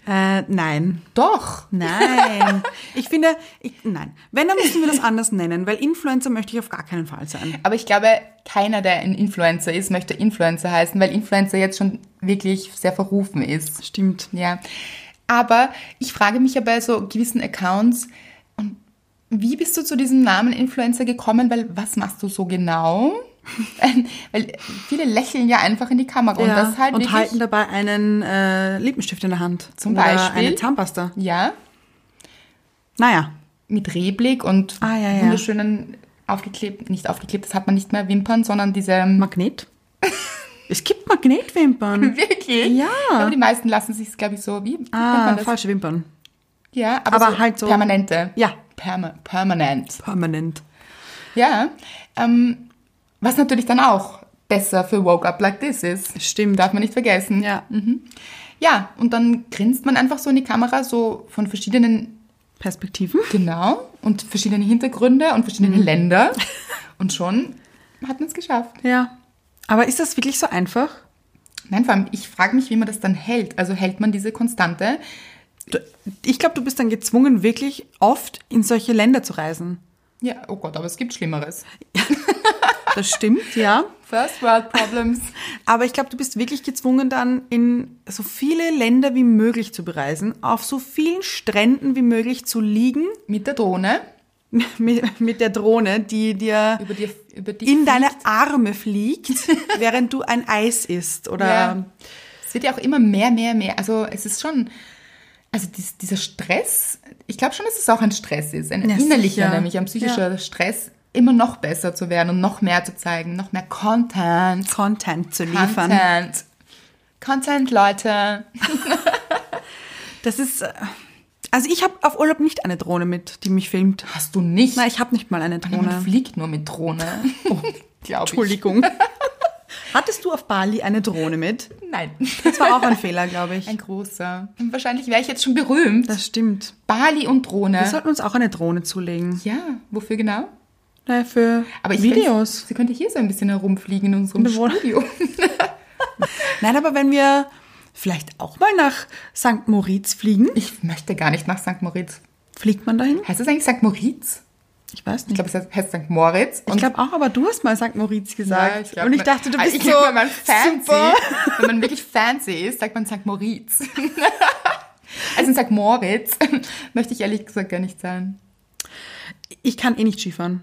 Speaker 2: Äh, nein,
Speaker 1: Doch.
Speaker 2: nein. Ich finde, ich, nein. Wenn dann müssen wir das anders nennen, weil Influencer möchte ich auf gar keinen Fall sein.
Speaker 1: Aber ich glaube, keiner, der ein Influencer ist, möchte Influencer heißen, weil Influencer jetzt schon wirklich sehr verrufen ist.
Speaker 2: Stimmt.
Speaker 1: Ja. Aber ich frage mich ja bei so gewissen Accounts, und wie bist du zu diesem Namen Influencer gekommen? Weil was machst du so genau? [laughs] Weil viele lächeln ja einfach in die Kamera und das halt
Speaker 2: und
Speaker 1: wirklich.
Speaker 2: halten dabei einen äh, Lippenstift in der Hand.
Speaker 1: Zum
Speaker 2: oder
Speaker 1: Beispiel?
Speaker 2: eine Zahnpasta.
Speaker 1: ja,
Speaker 2: Naja,
Speaker 1: mit Rehblick und
Speaker 2: Ah, ja, ja.
Speaker 1: wunderschönen aufgeklebt, nicht aufgeklebt, das hat man nicht mehr Wimpern, sondern diese.
Speaker 2: Magnet. es gibt Magnetwimpern.
Speaker 1: [laughs] Wirklich?
Speaker 2: Ja.
Speaker 1: Aber die meisten lassen sich, glaube ich, so wie. wie nennt
Speaker 2: Ah,
Speaker 1: man das?
Speaker 2: falsche Wimpern.
Speaker 1: Ja, aber,
Speaker 2: Aber
Speaker 1: so
Speaker 2: halt so-
Speaker 1: Permanente.
Speaker 2: Ja.
Speaker 1: Perma permanent.
Speaker 2: Permanent.
Speaker 1: Ja, Ähm, was natürlich dann auch besser für Woke Up Like This ist.
Speaker 2: Stimmt.
Speaker 1: Darf man nicht vergessen.
Speaker 2: Ja.
Speaker 1: Mhm. Ja, und dann grinst man einfach so in die Kamera, so von verschiedenen,
Speaker 2: Perspektiven.
Speaker 1: genau, und verschiedene Hintergründe und verschiedene Länder. Und schon hat man es geschafft.
Speaker 2: Ja. Aber ist das wirklich so einfach?
Speaker 1: Nein, vor allem, ich frage mich, wie man das dann hält. Also hält man diese Konstante?
Speaker 2: Du- Ich glaube, du bist dann gezwungen, wirklich oft in solche Länder zu reisen.
Speaker 1: Ja, oh Gott, aber es gibt Schlimmeres.
Speaker 2: Das stimmt, [laughs] ja.
Speaker 1: First World Problems.
Speaker 2: Aber ich glaube, du bist wirklich gezwungen, dann in so viele Länder wie möglich zu bereisen, auf so vielen Stränden wie möglich zu liegen
Speaker 1: [laughs]
Speaker 2: [laughs]
Speaker 1: Mit der Drohne,
Speaker 2: mit, mit der Drohne, die dir
Speaker 1: über die, über die
Speaker 2: in deine Arme
Speaker 1: [laughs]
Speaker 2: fliegt, während du ein Eis isst oder
Speaker 1: Ja. Es wird ja auch immer mehr, mehr, mehr. Also es ist schon, also dies, dieser Stress, ich glaube schon, dass es auch ein Stress ist, ein
Speaker 2: Ja,
Speaker 1: innerlicher,
Speaker 2: sicher.
Speaker 1: nämlich ein psychischer Stress, immer noch besser zu werden und noch mehr zu zeigen, noch mehr Content.
Speaker 2: Content zu liefern.
Speaker 1: Content. Content, Leute.
Speaker 2: Das ist. äh, Also ich habe auf Urlaub nicht eine Drohne mit, die mich filmt.
Speaker 1: Hast du nicht.
Speaker 2: Nein, ich habe nicht mal eine
Speaker 1: Man
Speaker 2: Drohne.
Speaker 1: fliegt nur mit Drohne.
Speaker 2: [laughs]
Speaker 1: Oh, glaub
Speaker 2: Entschuldigung. [laughs] Hattest du auf Bali eine Drohne mit?
Speaker 1: Ich. Nein.
Speaker 2: Das
Speaker 1: [laughs]
Speaker 2: war auch ein Fehler, glaube ich.
Speaker 1: Ein großer. Wahrscheinlich wäre ich jetzt schon berühmt.
Speaker 2: Das stimmt.
Speaker 1: Bali und
Speaker 2: Wir
Speaker 1: Drohne.
Speaker 2: sollten uns auch eine Drohne zulegen.
Speaker 1: Ja, wofür genau?
Speaker 2: Naja, für
Speaker 1: Aber ich
Speaker 2: Videos.
Speaker 1: Könnte, sie könnte hier so ein bisschen herumfliegen in unserem
Speaker 2: In der Wohnung. [laughs]
Speaker 1: Studio.
Speaker 2: Nein, aber wenn wir vielleicht auch mal nach St. Moritz fliegen,
Speaker 1: Ich möchte gar nicht nach St. Moritz.
Speaker 2: fliegt man dahin?
Speaker 1: Heißt es eigentlich St. Moritz?
Speaker 2: Ich weiß
Speaker 1: Ich
Speaker 2: nicht.
Speaker 1: glaube, es heißt- heißt St. Moritz.
Speaker 2: Ich glaube auch, aber du hast mal St. Moritz gesagt.
Speaker 1: Ja, ich glaub,
Speaker 2: Und ich
Speaker 1: man-
Speaker 2: dachte, du
Speaker 1: Also
Speaker 2: bist
Speaker 1: ich
Speaker 2: so
Speaker 1: glaub, wenn man fancy,
Speaker 2: super.
Speaker 1: [laughs] Wenn man wirklich fancy ist, sagt man St. Moritz.
Speaker 2: [laughs]
Speaker 1: also in St. Moritz [laughs] möchte ich ehrlich gesagt gar nicht sein.
Speaker 2: Ich kann eh nicht Skifahren.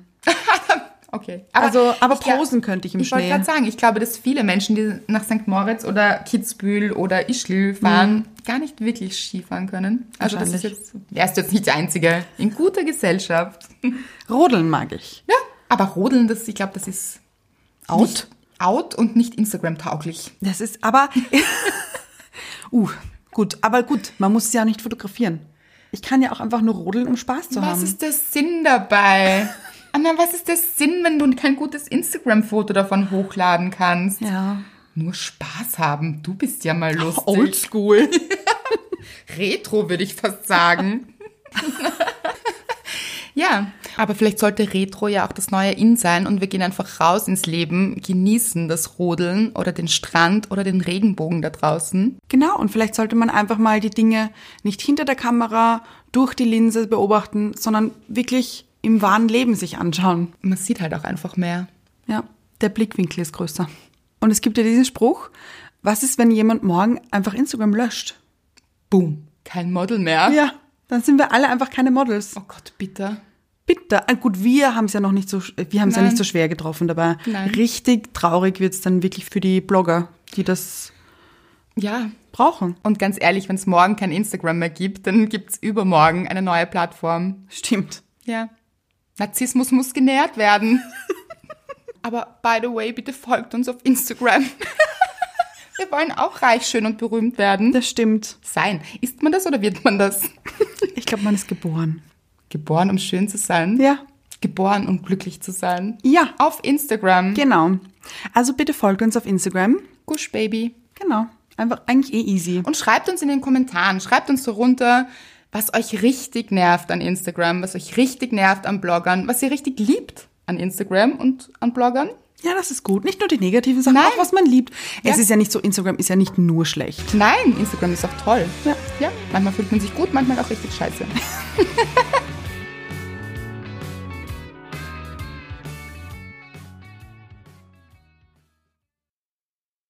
Speaker 1: Okay.
Speaker 2: Also, aber
Speaker 1: ich glaub-
Speaker 2: posen könnte ich im
Speaker 1: Ich wollte
Speaker 2: Schnee.
Speaker 1: gerade sagen, ich glaube, dass viele Menschen, die nach St. Moritz oder Kitzbühel oder Ischgl fahren, gar nicht wirklich Ski fahren können. Also das ist
Speaker 2: Mhm. Wahrscheinlich.
Speaker 1: jetzt, er ist jetzt nicht der Einzige. In guter Gesellschaft.
Speaker 2: Rodeln mag ich.
Speaker 1: Ja, aber Rodeln, das, ich glaube, das ist
Speaker 2: Out?
Speaker 1: nicht out und nicht Instagram-tauglich.
Speaker 2: Das ist aber. [laughs] uh, gut. Aber gut, man muss es ja auch nicht fotografieren. Ich kann ja auch einfach nur rodeln, um Spaß zu
Speaker 1: Was
Speaker 2: haben.
Speaker 1: ist der Sinn
Speaker 2: [laughs]
Speaker 1: dabei? Anna, was ist der Sinn, wenn du kein gutes Instagram-Foto davon hochladen kannst?
Speaker 2: ja.
Speaker 1: Nur Spaß haben. Du bist ja mal lustig.
Speaker 2: Oldschool.
Speaker 1: [laughs] Retro, würde ich fast sagen. [laughs] ja, aber vielleicht sollte Retro ja auch das neue In sein und wir gehen einfach raus ins Leben, genießen das Rodeln oder den Strand oder den Regenbogen da draußen.
Speaker 2: Genau, und vielleicht sollte man einfach mal die Dinge nicht hinter der Kamera, durch die Linse beobachten, sondern wirklich im wahren Leben sich anschauen.
Speaker 1: Man sieht halt auch einfach mehr.
Speaker 2: Ja, der Blickwinkel ist größer. Und es gibt ja diesen Spruch, was ist, wenn jemand morgen einfach Instagram löscht?
Speaker 1: Boom, kein Model mehr.
Speaker 2: Ja, dann sind wir alle einfach keine Models.
Speaker 1: Oh Gott, bitte.
Speaker 2: Bitter. Ah, Gut, wir haben es ja noch nicht so, sch- wir haben es ja
Speaker 1: Nein.
Speaker 2: nicht so schwer getroffen dabei.
Speaker 1: Nein.
Speaker 2: Richtig traurig wird es dann wirklich für die Blogger, die das
Speaker 1: Ja.
Speaker 2: brauchen.
Speaker 1: Und ganz ehrlich, wenn es morgen kein Instagram mehr gibt, dann gibt es übermorgen eine neue Plattform.
Speaker 2: Stimmt.
Speaker 1: Ja. Narzissmus muss
Speaker 2: [laughs]
Speaker 1: genährt werden. Aber by the way, bitte folgt uns auf
Speaker 2: [laughs]
Speaker 1: Instagram. Wir wollen auch reich, schön und berühmt werden.
Speaker 2: Das stimmt.
Speaker 1: Sein. Ist man das oder wird man das?
Speaker 2: Ich glaube, man ist geboren.
Speaker 1: Geboren, um schön zu sein.
Speaker 2: Ja.
Speaker 1: Geboren, um glücklich zu sein.
Speaker 2: Ja.
Speaker 1: Auf Instagram.
Speaker 2: Genau. Also bitte folgt uns auf Instagram.
Speaker 1: Gush Baby.
Speaker 2: Genau. Einfach eigentlich eh easy.
Speaker 1: Und schreibt uns in den Kommentaren, schreibt uns so runter, was euch richtig nervt an Instagram, was euch richtig nervt an Bloggern, was ihr richtig liebt an Instagram und an Bloggern.
Speaker 2: Ja, das ist gut. Nicht nur die negativen Sachen,
Speaker 1: Nein.
Speaker 2: auch was man liebt.
Speaker 1: Ja.
Speaker 2: Es ist ja nicht so, Instagram ist ja nicht nur schlecht.
Speaker 1: Nein, Instagram ist auch toll.
Speaker 2: Ja.
Speaker 1: ja. Manchmal fühlt man sich gut, manchmal auch richtig scheiße.